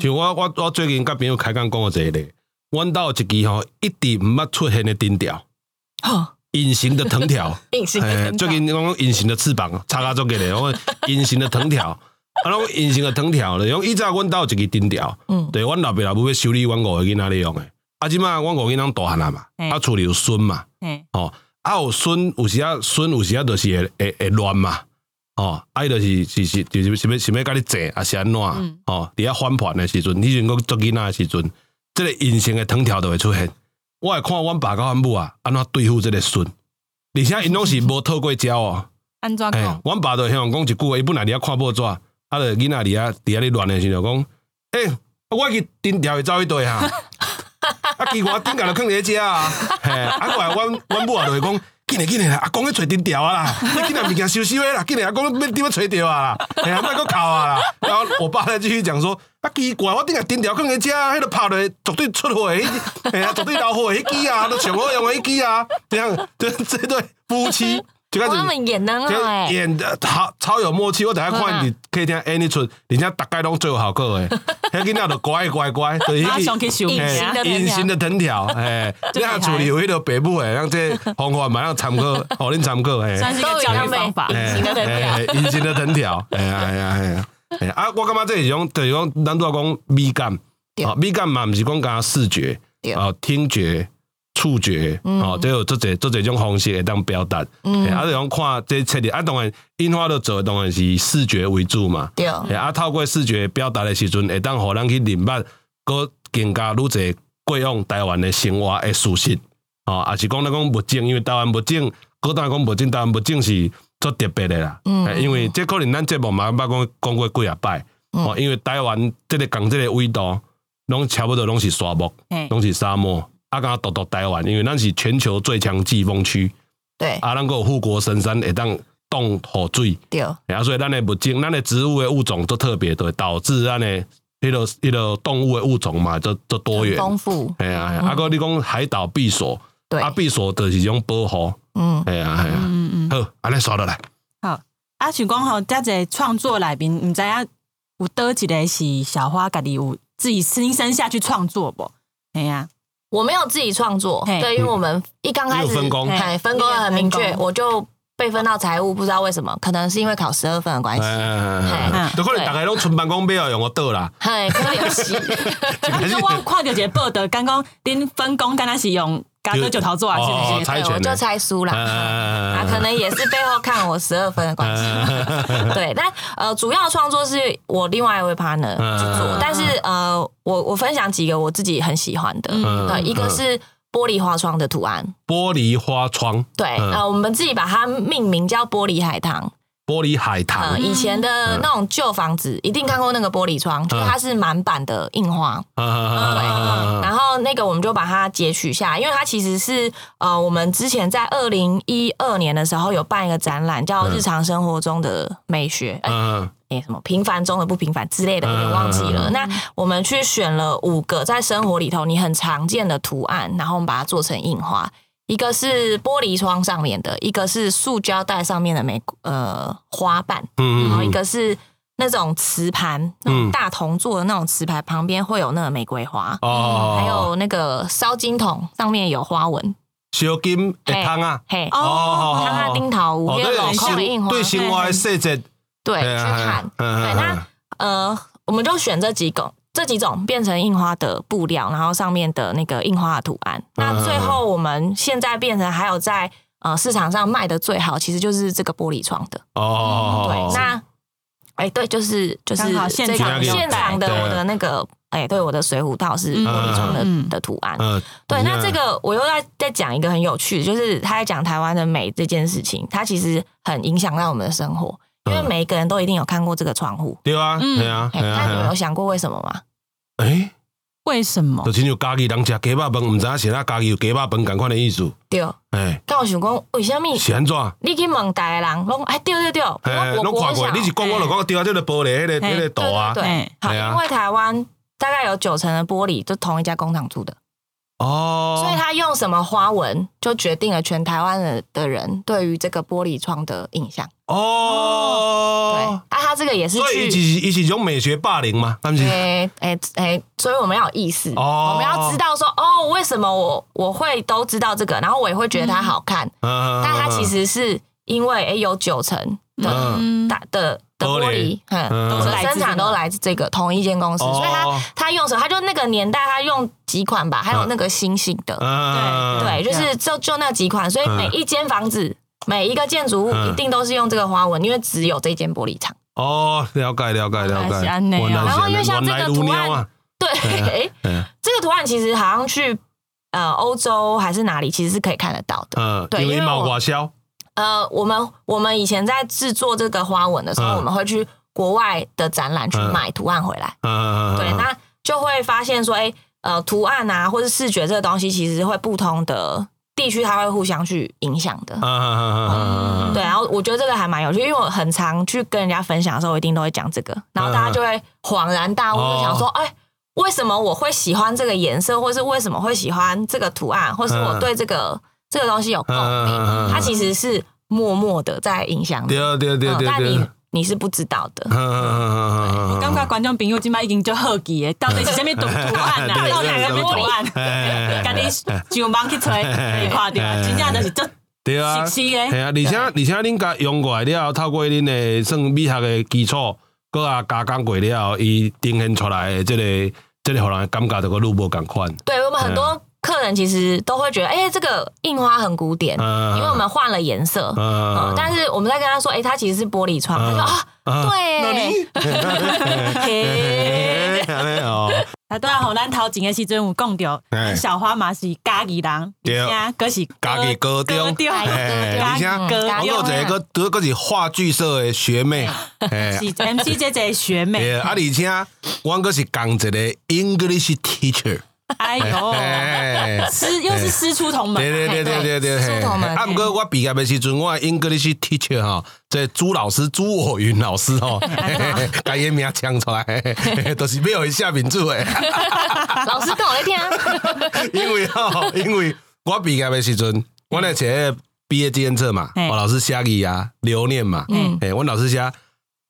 Speaker 2: 像我我我最近甲朋友开讲讲过一个咧，阮兜有一支吼一直毋捌出现的灯条，
Speaker 4: 哦，
Speaker 2: 隐形的藤条。
Speaker 4: 硬性的
Speaker 2: 哎
Speaker 4: 成
Speaker 2: 最
Speaker 4: 长
Speaker 2: 近讲隐形的翅膀，插甲做个咧，我隐形的藤条，啊，拢隐形的藤条咧，用以前阮兜有一支藤条，
Speaker 4: 嗯
Speaker 2: 对，阮老爸老母要修理阮五个囡仔咧用诶，啊，即满阮五个囡仔大汉啊嘛，
Speaker 3: 嘿
Speaker 2: 啊，厝里有孙嘛，
Speaker 3: 嘿，
Speaker 2: 哦，啊有孙有时啊孙有时啊，就是会会会乱嘛，哦，啊伊就是是是就是想要想要甲你坐，啊是安怎啊
Speaker 3: 嗯，
Speaker 2: 哦，伫遐翻盘的时阵，你阵讲做囡仔的时阵，即个隐形的藤条就会出现。我会看阮爸甲阮母啊，安怎对付即个孙，而且因拢是无透过鸟哦，
Speaker 3: 安怎
Speaker 2: 哎
Speaker 3: 讲？，
Speaker 2: 阮爸就向讲一句话，伊本来伫遐看报纸，啊，就囡仔伫遐伫遐咧乱的时候就讲，诶，我去顶条会走去对
Speaker 3: (laughs)
Speaker 2: 啊。啊，奇怪，顶间就囥伫咧遮啊，嘿，啊，我来阮阮母啊就会讲，紧来紧来啦，阿公去找顶条啊啦，你紧来物件收收诶啦，紧来阿公要你要找着啊啦，嘿，啊，莫搁哭啊啦。然后我爸再继续讲说，啊，奇怪，我顶下顶条囥伫遮，啊迄个拍落绝对出货，嘿啊，绝对流货，迄支啊，都上好用诶，迄支啊，这样，这这对夫妻就开
Speaker 4: 哇
Speaker 2: 始
Speaker 4: 他们也能
Speaker 2: 就
Speaker 4: 哎、
Speaker 2: 演的超超有默契，我等下看你可以听 any 出，人家大概拢最有效果诶。迄囡仔就乖乖乖，就是
Speaker 3: 马上
Speaker 2: 迄
Speaker 3: 去收
Speaker 4: 隐
Speaker 3: 起
Speaker 4: 形
Speaker 3: 啊
Speaker 4: 的！
Speaker 2: 隐形的藤条，哎，你
Speaker 3: 厉害
Speaker 2: 若处理有迄个北部诶，让这方法嘛，让参考，互恁参考诶。
Speaker 3: 算是一个教育方法
Speaker 4: 都。有
Speaker 2: 哎
Speaker 4: 隐形
Speaker 2: 哎隐形的
Speaker 4: 的藤条
Speaker 2: 藤条，哎呀哎呀哎呀！哎啊，我感觉这是一种，就是讲咱都要讲美感，
Speaker 4: 对
Speaker 2: 啊，美感嘛，毋是讲讲视觉
Speaker 4: 对，
Speaker 2: 啊，听觉、触觉，哦，这有做这做这种方式会当表达，
Speaker 4: 嗯
Speaker 2: 哎啊，就是讲看这切的，啊，当然樱花的做的当然是视觉为主嘛，
Speaker 4: 对，
Speaker 2: 哎啊，透过视觉表达的时阵，会当互咱去明白，搁更加愈侪过往台湾的生活的事实。哦，也是讲咱讲物证，因为台湾物证，搁当讲物证，台湾物证是足特别的啦。
Speaker 4: 嗯嗯
Speaker 2: 哎因为这可能咱节目嘛，捌讲讲过几啊摆。哦，因为台湾这个港这个纬度，拢差不多拢是沙漠，
Speaker 4: 嗯
Speaker 3: 嘿
Speaker 2: 拢是沙漠。啊，敢独独台湾，因为咱是全球最强季风区，
Speaker 4: 对
Speaker 2: 啊，咱还有富国神山会当冻雨水，
Speaker 4: 对
Speaker 2: 啊，所以咱的物种、咱的植物的物种都特别多，导致咱的迄落迄落动物的物种嘛，都都多元。
Speaker 4: 丰富，
Speaker 2: 哎呀，啊个你讲海岛闭锁，
Speaker 4: 对，
Speaker 2: 啊闭锁就是一种保护。
Speaker 4: 嗯，
Speaker 2: 哎呀哎呀，
Speaker 3: 嗯嗯。
Speaker 2: 好，安尼刷落来。
Speaker 3: 啊，想讲吼，遮个创作内面，毋知影有倒一个是小花家己有自己亲身下去创作无？嘿
Speaker 2: (laughs)
Speaker 3: 啊，
Speaker 4: 我没有自己创作，
Speaker 3: 嘿
Speaker 4: 对，因为我们一刚开
Speaker 2: 你
Speaker 4: 始
Speaker 2: 有分工
Speaker 4: 哎，分工得很明
Speaker 3: 你有
Speaker 4: 确，
Speaker 3: 分工
Speaker 4: 我就被分到财务，不知道为什么，可能是因为考十二分的关系，
Speaker 2: 哎，就可能大家拢存办公表用个倒啦，
Speaker 4: 嘿，可能是
Speaker 3: 啊，因为我有看到一个报道，刚讲恁分工敢若是用加多石头做啊，是
Speaker 2: 哦
Speaker 3: 毋
Speaker 2: (laughs) 哦
Speaker 3: 是？
Speaker 2: 猜
Speaker 4: 对，
Speaker 2: 拳
Speaker 4: (laughs) 我
Speaker 2: 呢
Speaker 4: 就猜输了。啊
Speaker 2: 啊，
Speaker 4: 可能也是背后看我十二分的关系。
Speaker 2: 哎 (laughs)
Speaker 4: 对，但呃，主要创作是我另外一位 partner
Speaker 2: 嗯
Speaker 4: 去做，但是呃，我我分享几个我自己很喜欢的，
Speaker 3: 嗯
Speaker 4: 对，一个是玻璃花窗的图案，
Speaker 2: 玻璃花窗，
Speaker 4: 对，
Speaker 2: 嗯
Speaker 4: 呃，我们自己把它命名叫玻璃海棠。
Speaker 2: 玻璃海
Speaker 4: 呃，
Speaker 2: 棠，
Speaker 4: 以前的那种旧房子一定看过那个玻璃
Speaker 2: 嗯
Speaker 4: 窗，就是它是满版的印花，
Speaker 2: 嗯
Speaker 4: 对，然后那个我们就把它截取下来，因为它其实是呃，我们之前在二零一二年的时候有办一个展览，叫《日常生活中的美学》，哎、
Speaker 2: 嗯
Speaker 4: 诶什么平凡中的不平凡之类的，我有点忘记了。那我们去选了五个在生活里头你很常见的图案，然后我们把它做成印花。一个是玻璃窗上面的，一个是塑胶袋上面的玫瑰呃花瓣，然后一
Speaker 2: 嗯
Speaker 4: 个是那种瓷盘，那种大铜做的那种瓷盘，旁边会有那个玫瑰花，
Speaker 2: 哦，
Speaker 4: 还有那个烧金桶上面有花纹，
Speaker 2: 小金的汤啊，
Speaker 4: 嘿，
Speaker 3: 哦
Speaker 4: 看看
Speaker 2: 哦，
Speaker 4: 樱桃
Speaker 2: 哦
Speaker 4: 屋，那个镂空的
Speaker 2: 对哎
Speaker 4: 印花，
Speaker 2: 对生活的细节，
Speaker 4: 对，
Speaker 2: 啊
Speaker 4: 去看，对，那呃，我们就选这几种，这几种变成印花的布料，然后上面的那个印花的图案。
Speaker 2: 嗯
Speaker 4: 那最后我们现在变成还有在呃市场上卖的最好，其实就是这个玻璃窗的。
Speaker 2: 哦，
Speaker 4: 对，那哎、对，就是就是
Speaker 3: 刚好
Speaker 4: 这
Speaker 3: 现
Speaker 4: 个
Speaker 3: 场
Speaker 2: 有
Speaker 4: 现场的
Speaker 2: 摆对
Speaker 4: 我的那个哎、对，我的水浒套是玻璃窗的、
Speaker 3: 嗯
Speaker 4: 的图案。
Speaker 2: 嗯，
Speaker 4: 对，那这个我又在再讲一个很有趣的，就是他在讲台湾的美这件事情，它其实很影响到我们的生活，因为
Speaker 2: 嗯
Speaker 4: 每一个人都一定有看过这个窗户。
Speaker 2: 对啊，对啊，
Speaker 4: 哎嗯
Speaker 2: 对
Speaker 4: 那你们
Speaker 2: 啊
Speaker 4: 有，想过为什么吗？
Speaker 2: 哎，
Speaker 3: 为什么
Speaker 2: 就？亲像家己人食鸡肉饭，毋知影是哪家己有鸡肉饭共款的意思，
Speaker 4: 对，
Speaker 2: 哎，
Speaker 4: 但我想讲，为什么
Speaker 2: 是安怎？
Speaker 4: 你去问大家人，拢哎对对对，
Speaker 2: 哎，
Speaker 4: 我
Speaker 2: 拢
Speaker 4: 国
Speaker 2: 看过
Speaker 4: 小，，
Speaker 2: 你是讲我就讲对啊，即个玻璃，迄个迄个图啊，
Speaker 4: 对
Speaker 3: 哎
Speaker 4: 好，
Speaker 2: 对啊
Speaker 4: 因为台湾大概有九成的玻璃都同一家工厂出的，所
Speaker 2: 哦，
Speaker 4: 以他用什么花纹，就决定了全台湾的的人对于这个玻璃窗的印象。对，
Speaker 2: 哦
Speaker 4: 啊，，他这个也是
Speaker 2: 所以伊是
Speaker 4: 去。
Speaker 2: 伊是一种美学霸凌嘛，他们是
Speaker 4: 哎哎哎，所以我们要有意识，
Speaker 2: 哦
Speaker 4: 我们要知道说，哦，为什么我我会都知道这个，然后我也会觉得它好看，
Speaker 2: 嗯，
Speaker 4: 但它其实是因为哎、诶有九成的
Speaker 2: 嗯 (laughs)
Speaker 3: 嗯，
Speaker 4: 打的的
Speaker 2: 玻
Speaker 4: 玻
Speaker 2: 璃
Speaker 4: 璃，嗯，
Speaker 2: 嗯
Speaker 4: 都是生产都来自这个同一间公司，
Speaker 2: 哦
Speaker 4: 所以它它用什么，它就那个年代它用几款吧，还有那个星星的，
Speaker 2: 嗯
Speaker 4: 对，就是就就那几款，所以
Speaker 2: 嗯
Speaker 4: 每一间房子。每一个建筑物
Speaker 2: 嗯
Speaker 4: 一定都是用这个花纹，因为只有这间玻璃厂。
Speaker 2: 哦，了解了解了
Speaker 3: 原来
Speaker 2: 解，
Speaker 3: 是安尼啊
Speaker 2: 原来是
Speaker 4: 然后
Speaker 2: 安尼
Speaker 4: 因为像这
Speaker 2: 原来
Speaker 4: 个
Speaker 2: 如
Speaker 4: 图
Speaker 2: 猫
Speaker 4: 案
Speaker 2: 啊，，
Speaker 4: 对，诶
Speaker 2: 嗯
Speaker 4: 这个图案其实好像去呃欧洲还是哪里，其实是可以看得到的。
Speaker 2: 嗯，
Speaker 4: 对
Speaker 2: 因为
Speaker 4: 因为
Speaker 2: 猫
Speaker 4: 我
Speaker 2: 外销，
Speaker 4: 呃，我们我们以前在制作这个花纹的时候，
Speaker 2: 嗯
Speaker 4: 我们会去国外的展览去
Speaker 2: 嗯
Speaker 4: 买图案回来。
Speaker 2: Ờ, 嗯，
Speaker 4: 对，那就会发现说，哎、呃，图案啊，或是视觉这个东西，其实会不同的地区，它会互相去影响的。
Speaker 2: 嗯嗯嗯嗯嗯，
Speaker 4: 对，然后我觉得这个还蛮有趣，因为我很常去跟人家分享的时候，我一定都会讲这个，然后大家就会恍然大悟，
Speaker 2: 嗯
Speaker 4: 就想说，哎、为什么我会喜欢这个颜色，或是为什么会喜欢这个图案，或是我对这个、这个东西有共鸣？
Speaker 2: 嗯
Speaker 4: 它其实是默默的在影响你，
Speaker 2: 对啊对对
Speaker 4: 嗯
Speaker 2: 对
Speaker 4: 但
Speaker 2: 对
Speaker 4: 你，你是不知道的。
Speaker 2: Ờ, 嗯
Speaker 3: 感觉观众朋友即摆已经就好奇诶，到底是啥物图图
Speaker 2: (laughs)
Speaker 3: 案啊？到底是啥物图案？
Speaker 2: Ờ, 案
Speaker 3: 家
Speaker 2: (laughs)
Speaker 3: 己上网去揣，会看
Speaker 2: 啊
Speaker 3: 到，真正就是足
Speaker 2: 对啊，
Speaker 3: 实施诶。
Speaker 2: 系啊，而且而且恁甲用过来了后，透过恁的算美学的基础，搁啊加工过了后，伊呈现出来的即个即个，互人的感觉就个愈无共款。
Speaker 4: 对我们很
Speaker 2: 嗯
Speaker 4: 多客人其实都会觉得，哎、这个印花很古典，
Speaker 2: 嗯
Speaker 4: 因为我们换了颜色。嗯
Speaker 2: 嗯，
Speaker 4: 但是我们在跟他说，哎、它其实是玻璃窗，他说啊，对耶，
Speaker 2: 嘿嘿嘿嘿嘿哦，
Speaker 3: 他对啊，吼，咱头前的时阵有讲着
Speaker 2: 嘿，
Speaker 3: 小花嘛是家己人，
Speaker 2: 对
Speaker 3: 啊，哥是
Speaker 2: 家己高中
Speaker 3: 高中
Speaker 2: 嘿而且
Speaker 3: 家己高
Speaker 2: 我
Speaker 3: 中
Speaker 2: 有一个佫佫是话剧社的学妹，哎，
Speaker 3: 是 MC 姐姐的学妹，
Speaker 2: 对啊，而且我佫是共一个 English teacher，
Speaker 3: 哎呦，
Speaker 2: 哎，
Speaker 3: 师又是师出同门
Speaker 2: 对
Speaker 3: 啊，
Speaker 2: 对对对对对，
Speaker 4: 嘿对
Speaker 2: 嘿
Speaker 4: 出头门
Speaker 2: 啊，毋过我毕业的时阵，我的 English teacher 吼，这朱老师朱我云老师吼，嘿嘿嘿把伊的名抢出来，嘿嘿嘿都是没有下面子的。
Speaker 4: (laughs) 老师跟我在听啊，
Speaker 2: (laughs) 因为吼，因为我毕业的时阵，我那写毕业纪念册嘛，
Speaker 3: 嘿
Speaker 2: 我老师写伊啊留念嘛，
Speaker 4: 嗯
Speaker 2: 诶，我老师写啊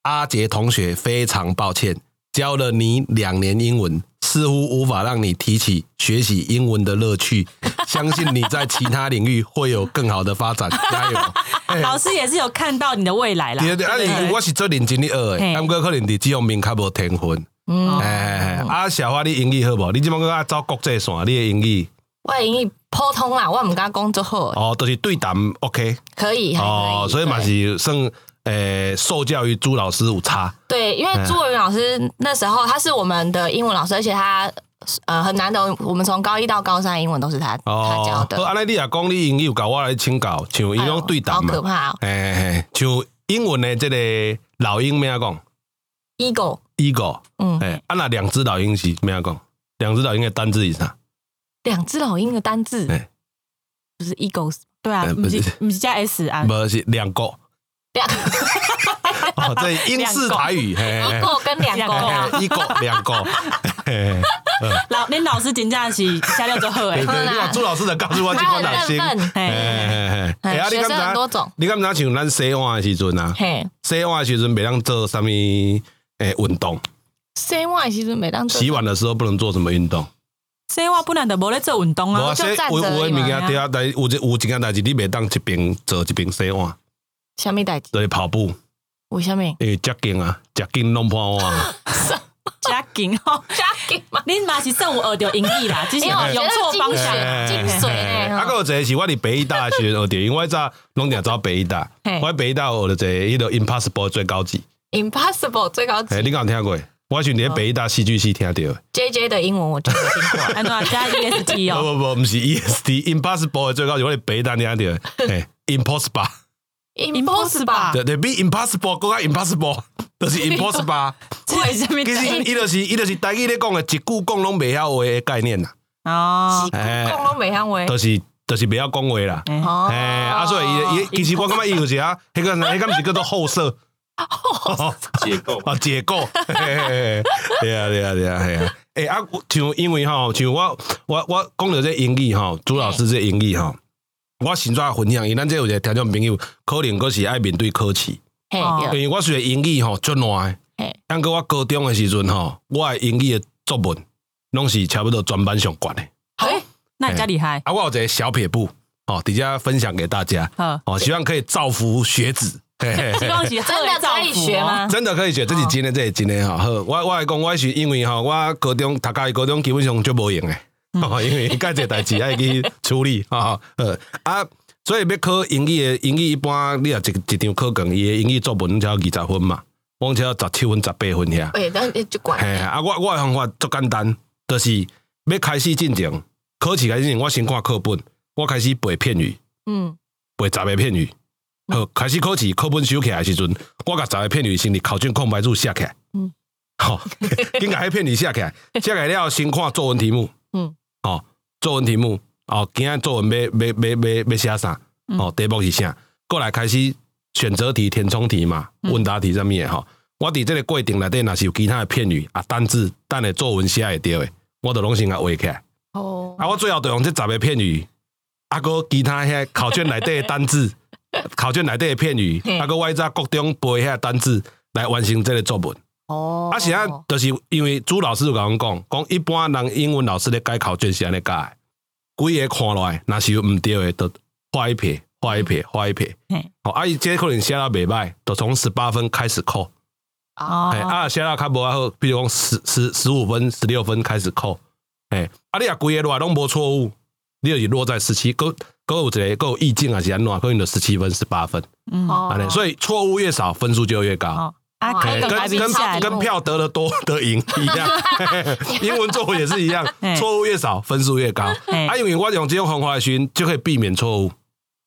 Speaker 2: 阿杰同学非常抱歉，啊教了你两年英文，似乎无法让你提起学习英文的乐趣，相信你在其他领域会有更好的发展，加油！
Speaker 3: 老师也是有看到你的未来啦，
Speaker 2: 对对，啊，你我是做认真的学诶，
Speaker 3: 嘿
Speaker 2: 啊，毋过可能伫即方面较无天分。
Speaker 4: 嗯，
Speaker 2: 哎，啊，小花，你英语好无？你即摆个啊走国际线，你的英语
Speaker 4: 我的英语普通啦，我唔敢讲就好，
Speaker 2: 哦，都是对谈 OK。
Speaker 4: 可以，还可
Speaker 2: 哦，所以嘛
Speaker 4: 对
Speaker 2: 是算诶、呃受教于朱老师有差，
Speaker 4: 对，因
Speaker 2: 哎
Speaker 4: 为朱文老师那时候他是我们的英文老师，而且他呃很难得，我们从高一到高三英文都是他、他
Speaker 2: 哦，
Speaker 4: 教
Speaker 2: 好，
Speaker 4: 的，
Speaker 2: 安尼你也讲你英语有甲我来请教，像伊
Speaker 4: 呦
Speaker 2: 种对
Speaker 4: 好
Speaker 2: 谈
Speaker 4: 可
Speaker 2: 嘛，
Speaker 4: 怕、哦、
Speaker 2: 诶、嘿像英文的即个老鹰咩讲
Speaker 4: ，ego，
Speaker 2: ，ego，
Speaker 4: 嗯，
Speaker 2: 诶、啊那两只老鹰是咩讲？两只老鹰的单字以上，
Speaker 4: 两只老鹰的单字
Speaker 2: 哎
Speaker 4: 不是 eagles，
Speaker 3: 对啊
Speaker 2: 呃，
Speaker 3: 不是
Speaker 2: 不是
Speaker 3: 不是加 S
Speaker 4: 嗯
Speaker 3: 啊，
Speaker 2: 无是两个，
Speaker 4: 两
Speaker 2: 哎哦，这英式台语，嘿嘿
Speaker 4: eagle 跟 (laughs) 两
Speaker 3: 两
Speaker 4: 个
Speaker 3: 个
Speaker 4: 啊，
Speaker 2: 嘿，一个两
Speaker 4: (laughs)
Speaker 2: 个，嘿嘿
Speaker 3: 老恁老师真正是下料就好诶
Speaker 2: 对，对，你看朱老师就告诉我即
Speaker 4: 他
Speaker 2: 款
Speaker 4: 很
Speaker 2: 哪些，哎嘿
Speaker 4: 认份，
Speaker 3: 嘿
Speaker 2: 嘿嘿，嘿啊，你
Speaker 4: 嗯哎
Speaker 2: 敢
Speaker 4: 学生很多
Speaker 2: 知？
Speaker 4: 种，
Speaker 2: 你敢知像咱洗碗的时阵啊？
Speaker 4: 嘿，
Speaker 2: 洗碗的时阵袂当做啥物诶运动，
Speaker 4: 洗碗其实每当
Speaker 2: 洗碗的时候不能做什么运动。
Speaker 3: 所以我本来就无咧做运动
Speaker 2: 无
Speaker 3: 啊
Speaker 2: 啊，
Speaker 4: 就
Speaker 2: 洗
Speaker 4: 站
Speaker 2: 有
Speaker 4: 着
Speaker 2: 有
Speaker 4: 而
Speaker 2: 诶
Speaker 4: 已
Speaker 2: 物
Speaker 4: 嘛
Speaker 2: 件对啊，但有一有一件代志你袂当一边做一边洗碗，
Speaker 4: 虾米代志，
Speaker 2: 就是跑步，
Speaker 4: 为虾 (laughs) 米？
Speaker 2: 因为接近啊，接近弄破碗
Speaker 4: (laughs)
Speaker 2: 啊。
Speaker 3: 加紧吼，
Speaker 4: 虾米嘛？
Speaker 3: 恁嘛是算有学着英语啦，只是
Speaker 4: 因为我觉
Speaker 3: 用错
Speaker 4: 得
Speaker 3: 方
Speaker 4: 精
Speaker 3: 向。
Speaker 4: 髓精髓呢，
Speaker 2: 啊，
Speaker 4: 哈
Speaker 2: 还有一个是我伫北医大的时阵学着，因为我早拢定走北医大
Speaker 4: 嘿，
Speaker 2: 我在北医大学着一个迄个 Impossible 最高级，
Speaker 4: impossible 最高级
Speaker 2: 诶，你敢有听过？我是伫北医大戏剧系听到的，
Speaker 4: JJ 的英文我就没听过
Speaker 3: 安怎加 EST
Speaker 2: 不
Speaker 3: 哦？
Speaker 2: 不不，毋是 EST，Impossible 的最高级，我伫北医大听到的，诶，Impossible。
Speaker 4: (laughs) ，impossible
Speaker 2: 对对比 impossible 更加 impossible，就是 (laughs) impossible。
Speaker 3: 为什么
Speaker 2: 其实伊就是伊就是台语咧讲的一句讲拢袂晓话的概念啦，
Speaker 4: 啊
Speaker 3: 哦，
Speaker 2: 哎
Speaker 4: 讲拢袂晓话，
Speaker 2: 就是就是袂晓讲话啦。
Speaker 3: 哎
Speaker 4: 哦
Speaker 2: 嘿，啊，所以伊伊其实我感觉伊有一啊，迄个迄个毋是叫做后设，
Speaker 1: 结构。
Speaker 2: (laughs) 啊，解构。嘿嘿嘿对啊，对啊，对啊，对啊。诶啊，像因为吼，像我我我讲到这英语吼，朱老师这英语吼，我先做分享，因为咱这有一个听众朋友，可能佫是爱面对考试。
Speaker 4: 嘿
Speaker 3: 哦
Speaker 2: 因为
Speaker 4: 对
Speaker 2: 我学英语吼足烂诶
Speaker 4: 嘿，
Speaker 2: 但过我高中诶时阵吼，我诶英语诶作文拢是差不多全班上悬诶。
Speaker 4: 哎，
Speaker 3: 那你加厉害，
Speaker 2: 啊，我有一个小撇步吼，底下分享给大家，
Speaker 3: 好，
Speaker 2: 哦，希望可以造福学子。嘿嘿
Speaker 3: 希
Speaker 2: 嘿
Speaker 3: 望是好
Speaker 4: 真的
Speaker 3: 造
Speaker 4: 可以
Speaker 3: 福
Speaker 4: 学
Speaker 3: 哦
Speaker 4: 吗？
Speaker 2: 真的可以学，这是真诶，这是真诶吼。好，我我来讲，我是因为吼，我高中读家己高中基本上足无用诶，吼， (laughs) 因为介济代志爱去处理吼，呃啊，所以要考英语诶，英语一般你若一一张考卷，伊诶英语作文才要二十分嘛，我只要十七分、十八分遐。
Speaker 4: 喂，哎那你就管
Speaker 2: 嘿，啊，我我的方法足简单，就是要开始进前，考试开始进前，我先看课本，我开始背片语，
Speaker 4: 嗯，
Speaker 2: 背十个片语。好，开始考试，课本收起来的时阵，我甲十个片语先伫考卷空白处写起来。嗯
Speaker 4: 嗯，
Speaker 2: 好，紧甲迄片语写起
Speaker 4: (laughs)
Speaker 2: 来，写起来了后先看作文题目。嗯
Speaker 4: 嗯，
Speaker 2: 哦，作文题目，哦，今仔作文要要要要要写啥？
Speaker 4: 嗯
Speaker 2: 哦，题目是啥？过来开始选择题、填充题嘛，
Speaker 4: 嗯
Speaker 2: 问答题上面吼。我伫这个过程内底，若是有其他的片语啊、单字，等下作文写会到的，我都拢先甲画起来。
Speaker 4: 哦，
Speaker 2: 啊，我最后就用这十个片语，啊，搁其他遐考卷内底的单字，
Speaker 4: (laughs)
Speaker 2: 考卷内底的片语，
Speaker 4: 嘿
Speaker 2: 啊，搁我迄早国中背遐单字来完成这个作文。
Speaker 4: 哦，
Speaker 2: 啊，是啊，就是因为朱老师有甲阮讲，讲一般人英文老师咧改考卷是安尼改的，规个看落来，若是有毋对的，就画一撇，画一撇，画一撇
Speaker 3: 嘿。
Speaker 2: 哦，啊，伊这可能写了袂歹，就从十八分开始扣。
Speaker 4: 嗯
Speaker 2: 哎、
Speaker 3: 哦，
Speaker 2: 啊，写到较无啊好，比如讲十十十五分、十六分开始扣，哎、啊，你啊规个落来拢无错误，你就是落在十七，够够有一个够有意境啊，是安怎样？可能就十七分、十八分，
Speaker 3: 嗯，
Speaker 2: 安尼、
Speaker 4: 哦
Speaker 2: 所以错误越少，分数就越高。
Speaker 3: 哦啊，
Speaker 4: 哇
Speaker 3: 可
Speaker 4: 哎
Speaker 3: 以跟
Speaker 4: 跟
Speaker 3: 来比起来，
Speaker 4: 跟
Speaker 2: 跟票得的多的赢一
Speaker 3: (laughs)
Speaker 2: 样，英文作文也是一样
Speaker 3: 嘿，
Speaker 2: 错误越少分数越高。
Speaker 3: 嘿
Speaker 2: 啊，因为我用这种方法的时候就可以避免错误，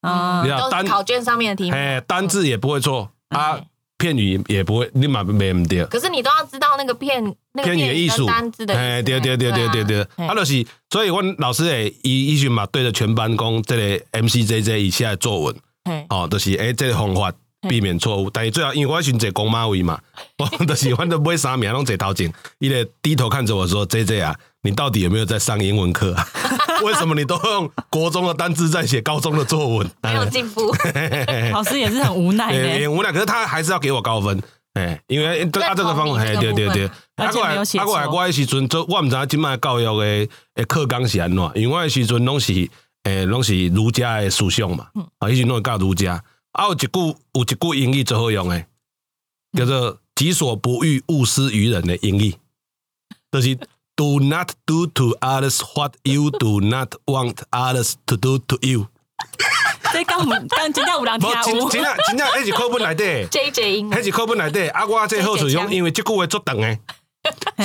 Speaker 3: 嗯
Speaker 2: 你看
Speaker 4: 都
Speaker 2: 单
Speaker 4: 是考卷上面的题目。
Speaker 2: 哎，单字也不会错啊
Speaker 4: 嗯，
Speaker 2: 片语也不会，你嘛没唔对。
Speaker 4: 可是你都要知道那个片那个
Speaker 2: 偏语的艺
Speaker 4: 片
Speaker 2: 术
Speaker 4: 跟单字的意思
Speaker 2: 哎，对对对对对对，
Speaker 4: 啊
Speaker 2: 啊，就是，所以阮老师诶，伊伊就嘛对着全班讲，这个 MCJJ 以下的作文，
Speaker 4: 嘿
Speaker 2: 哦，就是诶，这个方法避免错误。但是最后，因为我迄阵坐公马位嘛，我 (laughs) 就是阮都买三名拢坐头前，伊咧低头看着我说：“JJ 啊，你到底有没有在上英文课啊？ (laughs) 为什么你都用国中的单字在写高中的作文？”
Speaker 4: 没有进
Speaker 2: (laughs)
Speaker 4: 步。哎
Speaker 3: 老师也是很无奈
Speaker 2: 哎，
Speaker 3: 的。
Speaker 2: 我俩可是他还是要给我高分，哎，因为
Speaker 3: 啊
Speaker 2: 他
Speaker 4: 在
Speaker 2: 这个方法，哎，
Speaker 4: 同
Speaker 2: 对
Speaker 4: 理这个
Speaker 2: 对
Speaker 4: 部分
Speaker 2: 对，
Speaker 3: 而
Speaker 2: 啊，
Speaker 3: 且
Speaker 2: 过来
Speaker 3: 没有写
Speaker 2: 啊，过来，
Speaker 3: 错
Speaker 2: 我的时阵，做我毋知影即摆教育的诶课纲是安怎，因为我的时阵拢是诶拢是儒家的思想嘛，
Speaker 3: 嗯
Speaker 2: 啊，迄时拢会教儒家，啊，有一句有一句英语最好用诶，叫做“己所不欲，勿施于人”的英语，就是 “Do not do to others what you do not want others to do to you”。
Speaker 3: 这刚我们刚今天有人 (laughs) 听啊
Speaker 2: 无真
Speaker 3: 有，
Speaker 2: 真正真正迄是课本内底。
Speaker 4: J J 英文
Speaker 2: 迄是课本内底，啊，我这好处是讲，因为即句话足长诶，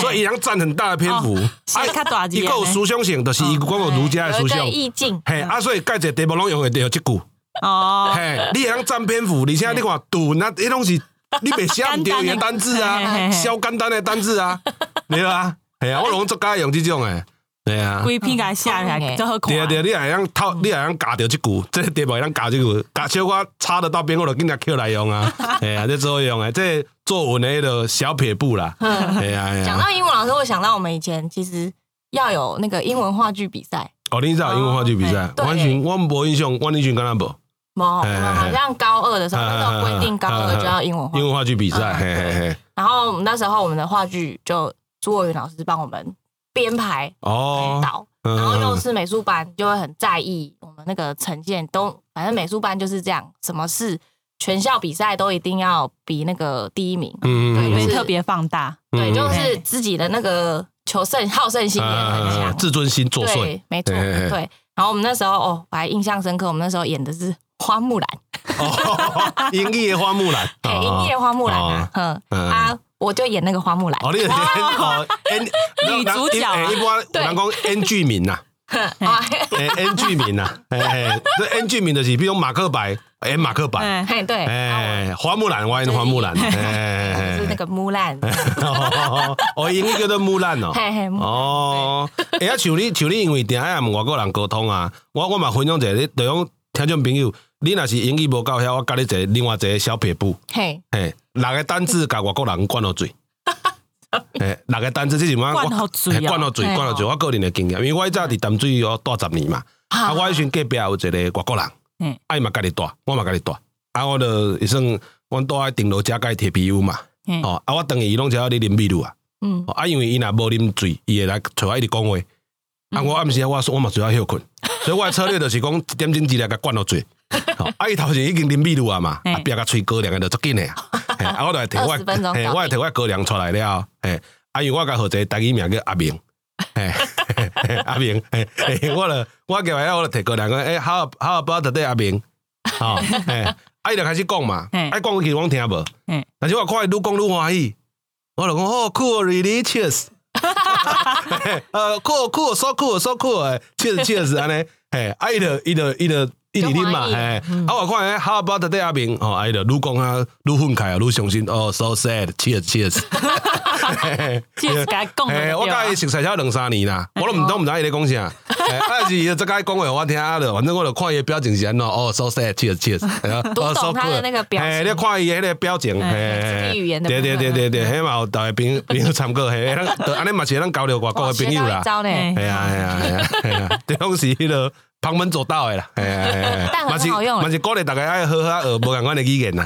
Speaker 2: 所以伊人占很大的篇幅。
Speaker 4: 哦
Speaker 3: 写较
Speaker 4: 啊
Speaker 3: 大啊字
Speaker 2: 伊个有思想性，就是伊讲有儒家的
Speaker 4: 有
Speaker 2: 思
Speaker 4: 哦
Speaker 2: 想
Speaker 4: 一个。意嗯境，
Speaker 2: 嘿，啊，所以介侪题目拢用会着即句。
Speaker 3: 哦，
Speaker 2: 嘿，你会晓占篇幅，而且你看读那迄拢是你袂写毋着伊的单字啊，小简单的单字啊，对啊，嘿啊，我拢足介用即种诶，对啊。
Speaker 3: 规篇甲写来
Speaker 4: 嗯
Speaker 3: 就好看
Speaker 2: 对。啊对啊，你若会晓套，你若会晓教着即句，即个题目会晓教即句，教小可插得到边，我就紧来捡来用啊。哎呀，这作用诶，这作文的迄个小撇步啦。 (laughs) 哎呀哎
Speaker 4: 嗯讲
Speaker 2: 呀，
Speaker 4: 到英文老师，我想到我们以前其实要有那个英文话剧比赛，
Speaker 2: 哦，你知道英文话剧比赛
Speaker 4: 哦，对
Speaker 2: 我以前我无印象，我以前敢若无
Speaker 4: 哦，我
Speaker 2: 哎哎
Speaker 4: 们
Speaker 2: 哎
Speaker 4: 好像高二的时候，
Speaker 2: 哎哎哎
Speaker 4: 那时候规定高二就要英文话
Speaker 2: 英
Speaker 4: 剧，
Speaker 2: 文话剧比赛，
Speaker 4: 嗯
Speaker 2: 嘿嘿嘿。
Speaker 4: 然后我们那时候我们的话剧就朱伟云老师帮我们编排
Speaker 2: 哦，
Speaker 4: 导，
Speaker 2: 嗯
Speaker 4: 然后又是美术班就会很在意我们那个呈现，都反正美术班就是这样，什么事全校比赛都一定要比那个第一名，
Speaker 2: 嗯
Speaker 4: 对
Speaker 3: 没
Speaker 4: 就是
Speaker 3: 特别放大，
Speaker 4: 对，
Speaker 2: 嗯
Speaker 4: 就是自己的那个求胜好胜心也很强，
Speaker 2: 自尊心作祟
Speaker 4: 对，没错，
Speaker 2: 嘿嘿嘿
Speaker 4: 对。然后我们那时候哦，我还印象深刻，我们那时候演的是花木兰，
Speaker 2: 哦，英译的花木兰，
Speaker 4: 哎、英叶花木兰啊，嗯
Speaker 2: 嗯
Speaker 4: 啊，我就演那个花木兰，
Speaker 2: 哦，
Speaker 4: (laughs)
Speaker 2: 你就是哦，N
Speaker 3: 女主角啊
Speaker 2: 哎一般有人讲 N 剧名呐。
Speaker 4: 啊，
Speaker 2: 诶、n 哎剧名呐、啊，诶、诶这 N 剧名就是，比如马克白，诶、马克白，
Speaker 3: 嗯，
Speaker 4: 嘿，对，啊
Speaker 2: 诶、花木兰，我演花木兰，
Speaker 4: 我是那
Speaker 3: (laughs)
Speaker 2: 诶、
Speaker 4: 个木兰，
Speaker 2: 哦，哦，英语叫做木兰哎哦，
Speaker 4: 嘿嘿，木兰
Speaker 2: 哦，诶、啊，像你，像你，因为定爱跟外国人沟通啊，我我嘛分享一下，你就讲听众朋友，你若是英语无够遐，我教你一个另外一个小撇步，
Speaker 4: 嘿，
Speaker 2: 诶、六个单字甲外国人灌落
Speaker 3: (laughs)
Speaker 2: 嘴，诶、六个单字，这是我
Speaker 3: 灌好嘴
Speaker 2: 嗯嘿灌落
Speaker 3: 哦，
Speaker 2: 嘴，
Speaker 4: 嘿
Speaker 2: 灌落嘴，我个人的经验，因为我以前伫淡水哦待十年嘛。啊，我迄时隔壁有一个外国人，
Speaker 3: 嗯
Speaker 2: 啊伊嘛家己住，我嘛家己住，啊，我就伊算，阮住喺顶楼加伊摕啤酒嘛，
Speaker 3: 嗯
Speaker 2: 哦，啊，我等伊伊拢只要咧啉啤酒啊，
Speaker 4: 嗯，
Speaker 2: 哦啊，因为伊若无啉醉，伊会来找我一直讲话，啊，我暗时啊，我说我嘛主要休困，所以我的策略就是讲 (laughs) 一点钟之内甲灌落醉，哦啊，伊头前已经啉啤酒啊嘛，
Speaker 3: 嗯
Speaker 2: 啊，壁甲吹高粱个就足紧诶，嘿啊，我就摕我
Speaker 4: 20分
Speaker 2: 的，
Speaker 4: 钟
Speaker 2: 嘿
Speaker 4: 搞
Speaker 2: 我就摕
Speaker 4: 定
Speaker 2: 我的高粱出来了，嘿，啊，因为我甲号一个台语名叫阿明。嘿嘿嘿阿明，嘿嘿我了，我叫来，我就摕过来讲，诶、h o w 哎 how about today，阿明，吼、哦，嘿，啊，伊就开始讲嘛，
Speaker 3: 嘿
Speaker 2: 啊，讲起我听无
Speaker 3: 嘿，
Speaker 2: 但是我看伊愈讲愈欢喜，我就讲，哦，cool，religious，嘿呃，cool，cool，so cool，so cool，cheers，cheers，安尼，嘿，啊，伊就伊就伊就伊就啉嘛，
Speaker 4: 就欢喜
Speaker 2: 嘿，啊，我看诶，how about today，阿明，吼、哦，啊，伊就愈讲啊，愈愤慨啊，愈伤心，哦，so sad，cheers，cheers。
Speaker 3: 这是甲讲
Speaker 2: 嘿，
Speaker 3: 的
Speaker 2: 哎我
Speaker 3: 对
Speaker 2: 甲
Speaker 3: 啊
Speaker 2: 伊。熟识了两三年啦，
Speaker 4: 哎
Speaker 2: 我都
Speaker 4: 哦
Speaker 2: 毋都毋知伊咧讲啥。嘿 (laughs) 啊，是伊这个讲话我听了，反正我就看伊的表情是安怎。哦，so 哎 sad，cheers cheers，
Speaker 4: 读懂他的那个表情
Speaker 2: 哎嘿，你看伊迄个表情，
Speaker 4: 肢
Speaker 2: 嘿
Speaker 4: 体语言的部
Speaker 2: 对
Speaker 4: 分啊嗯
Speaker 2: 对对对对，迄嘛有大家朋友 (laughs) 朋友参考，嘿，咱就安尼嘛是咱交流外国
Speaker 4: 哇
Speaker 2: 的
Speaker 4: 哦学
Speaker 2: 朋友
Speaker 4: 到
Speaker 2: 啦
Speaker 4: 一。招呢，
Speaker 3: 嘿
Speaker 2: 系啊系啊系啊系啊，这拢是迄个旁门左道的啦。嘿啊嘿啊嘿啊
Speaker 4: 但很
Speaker 2: 嘛是
Speaker 4: 好用啦
Speaker 2: 嘛是鼓励大家爱好啊好学无共款的语言啦。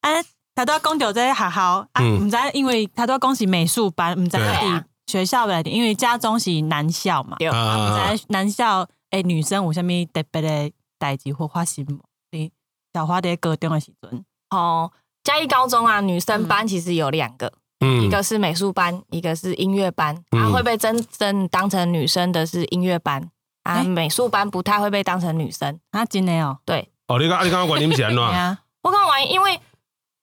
Speaker 3: 啊，他都讲到这个学校啊，
Speaker 2: 嗯
Speaker 3: 唔知因为他都讲是美术班，唔知
Speaker 2: 对
Speaker 3: 伫学校内底，因为家中是男校嘛，
Speaker 4: 对
Speaker 2: 啊
Speaker 3: 唔
Speaker 2: 啊啊
Speaker 3: 知男校诶女生有啥物特别的代志或发生无？你小花在高中的时阵，
Speaker 4: 哦。嘉义高中啊，女生班其实有两个，
Speaker 2: 嗯
Speaker 4: 一个是美术班，一个是音乐班。
Speaker 2: 嗯
Speaker 4: 啊，会被真正当成女生的是音乐班，啊，
Speaker 3: 哎
Speaker 4: 美术班不太会被当成女生。
Speaker 3: 啊，真的哦，
Speaker 4: 对， (laughs)
Speaker 2: 哦，你讲啊你讲原因是安怎？
Speaker 3: 对啊，
Speaker 4: 我刚玩，因为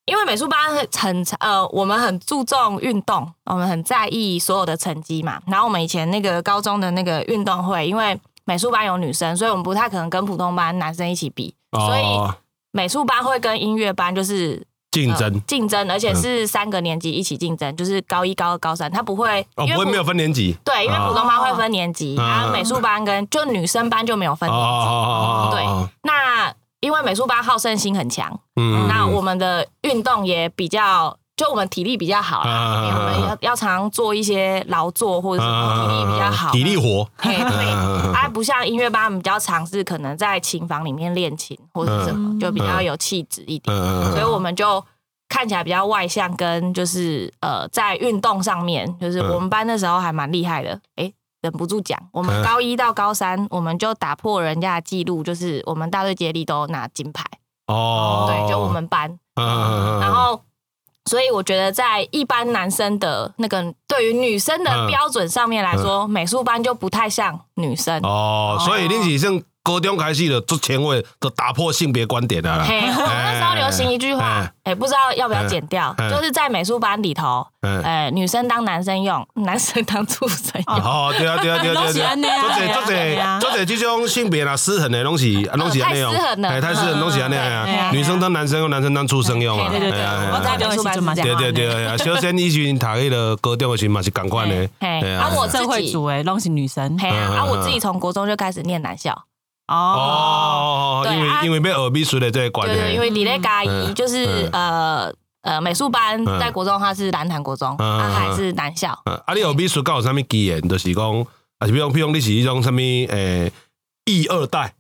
Speaker 4: 因为美术班很很呃，我们很注重运动，我们很在意所有的成绩嘛。然后我们以前那个高中的那个运动会，因为美术班有女生，所以我们不太可能跟普通班男生一起比，啊所以
Speaker 2: 哦，
Speaker 4: 美术班会跟音乐班就是
Speaker 2: 竞
Speaker 4: 呃
Speaker 2: 争
Speaker 4: 竞争，而且
Speaker 2: 嗯
Speaker 4: 是三个年级一起竞争，就是高一、高二、高三，他不会
Speaker 2: 哦，
Speaker 4: 因
Speaker 2: 不
Speaker 4: 为
Speaker 2: 会
Speaker 4: 普
Speaker 2: 没有分年级
Speaker 4: 对，因为
Speaker 2: 哦
Speaker 4: 普通班会分年级，
Speaker 2: 嗯
Speaker 4: 然后美术班跟就女生班就没有分
Speaker 2: 哦哦
Speaker 4: 年级。
Speaker 2: 哦哦哦哦，
Speaker 4: 那因为美术班好胜心很强，
Speaker 2: 嗯
Speaker 4: 那我们的运动也比较，就我们体力比较好啦，
Speaker 2: 嗯
Speaker 4: 因为我们要要常做一些劳作或者
Speaker 2: 啊
Speaker 4: 什么，体力比较好，
Speaker 2: 体力活， (laughs)
Speaker 4: 嘿。
Speaker 2: 嗯
Speaker 4: 对，啊，不像音乐班，我们比较尝试可能在琴房里面练琴或者什么，就比较有气质一点，
Speaker 2: 嗯
Speaker 4: 所以我们就看起来比较外向，跟就是呃，在运动上面，就是
Speaker 2: 嗯
Speaker 4: 我们班那时候还蛮厉害的，诶，忍不住讲，我
Speaker 2: 嗯
Speaker 4: 们高一到高三，我们就打破人家的记录，就是我们大队接力都拿金牌，
Speaker 2: 哦，
Speaker 4: 对，就我，们班，
Speaker 2: 嗯
Speaker 4: 然后，所以我觉得在一般男生的那个对于女生
Speaker 2: 嗯
Speaker 4: 的标准上面来说，美术班就不太像女生。
Speaker 2: 哦，所以
Speaker 4: 哦
Speaker 2: 恁是从高中开始就做前卫，就打破性别观点啊，
Speaker 4: 嘿，我们那时候流行一句话，
Speaker 2: 嗯
Speaker 4: 哎、不知道要不要剪掉，
Speaker 2: 嗯嗯
Speaker 4: 就是在美术班里头，
Speaker 2: 嗯
Speaker 4: 哎、女生当男生用， (laughs) 男生当畜生用。
Speaker 2: 哦，对啊，对啊，对啊，对啊，对啊，做者做
Speaker 3: 啊
Speaker 2: 者做者这种性别啦失衡的东西，东西安尼用，哎，太失衡东西安尼
Speaker 4: 嗯
Speaker 2: 啊，女生当男生用，男生当畜生用啊，
Speaker 3: 对对对，我在美术班是这
Speaker 2: 对
Speaker 3: 样，
Speaker 2: 对对，啊，小仙以前读迄个高中的时嘛是共款的，哎哦
Speaker 4: 嘿，
Speaker 2: 对
Speaker 4: 嘿啊，我自
Speaker 3: 社会
Speaker 4: 己
Speaker 3: 组，诶，拢是女生
Speaker 4: 嘿啊，
Speaker 2: 嗯
Speaker 4: 啊，
Speaker 2: 嗯
Speaker 4: 我自己从国中就开始念男校，
Speaker 3: 哦，
Speaker 2: 哦，因为因为要学美术的这个关
Speaker 4: 对啊对，因
Speaker 2: 系，
Speaker 4: 为你那嘎一
Speaker 2: 嗯
Speaker 4: 就是
Speaker 2: 嗯
Speaker 4: 呃呃美术班
Speaker 2: 嗯
Speaker 4: 在国中，他是南坛国中，
Speaker 2: 嗯
Speaker 4: 啊
Speaker 2: 嗯
Speaker 4: 还是男校，
Speaker 2: 啊，你学美术有啥物技能，就是讲，啊，是比如比如你是迄种啥物诶，艺二代。哦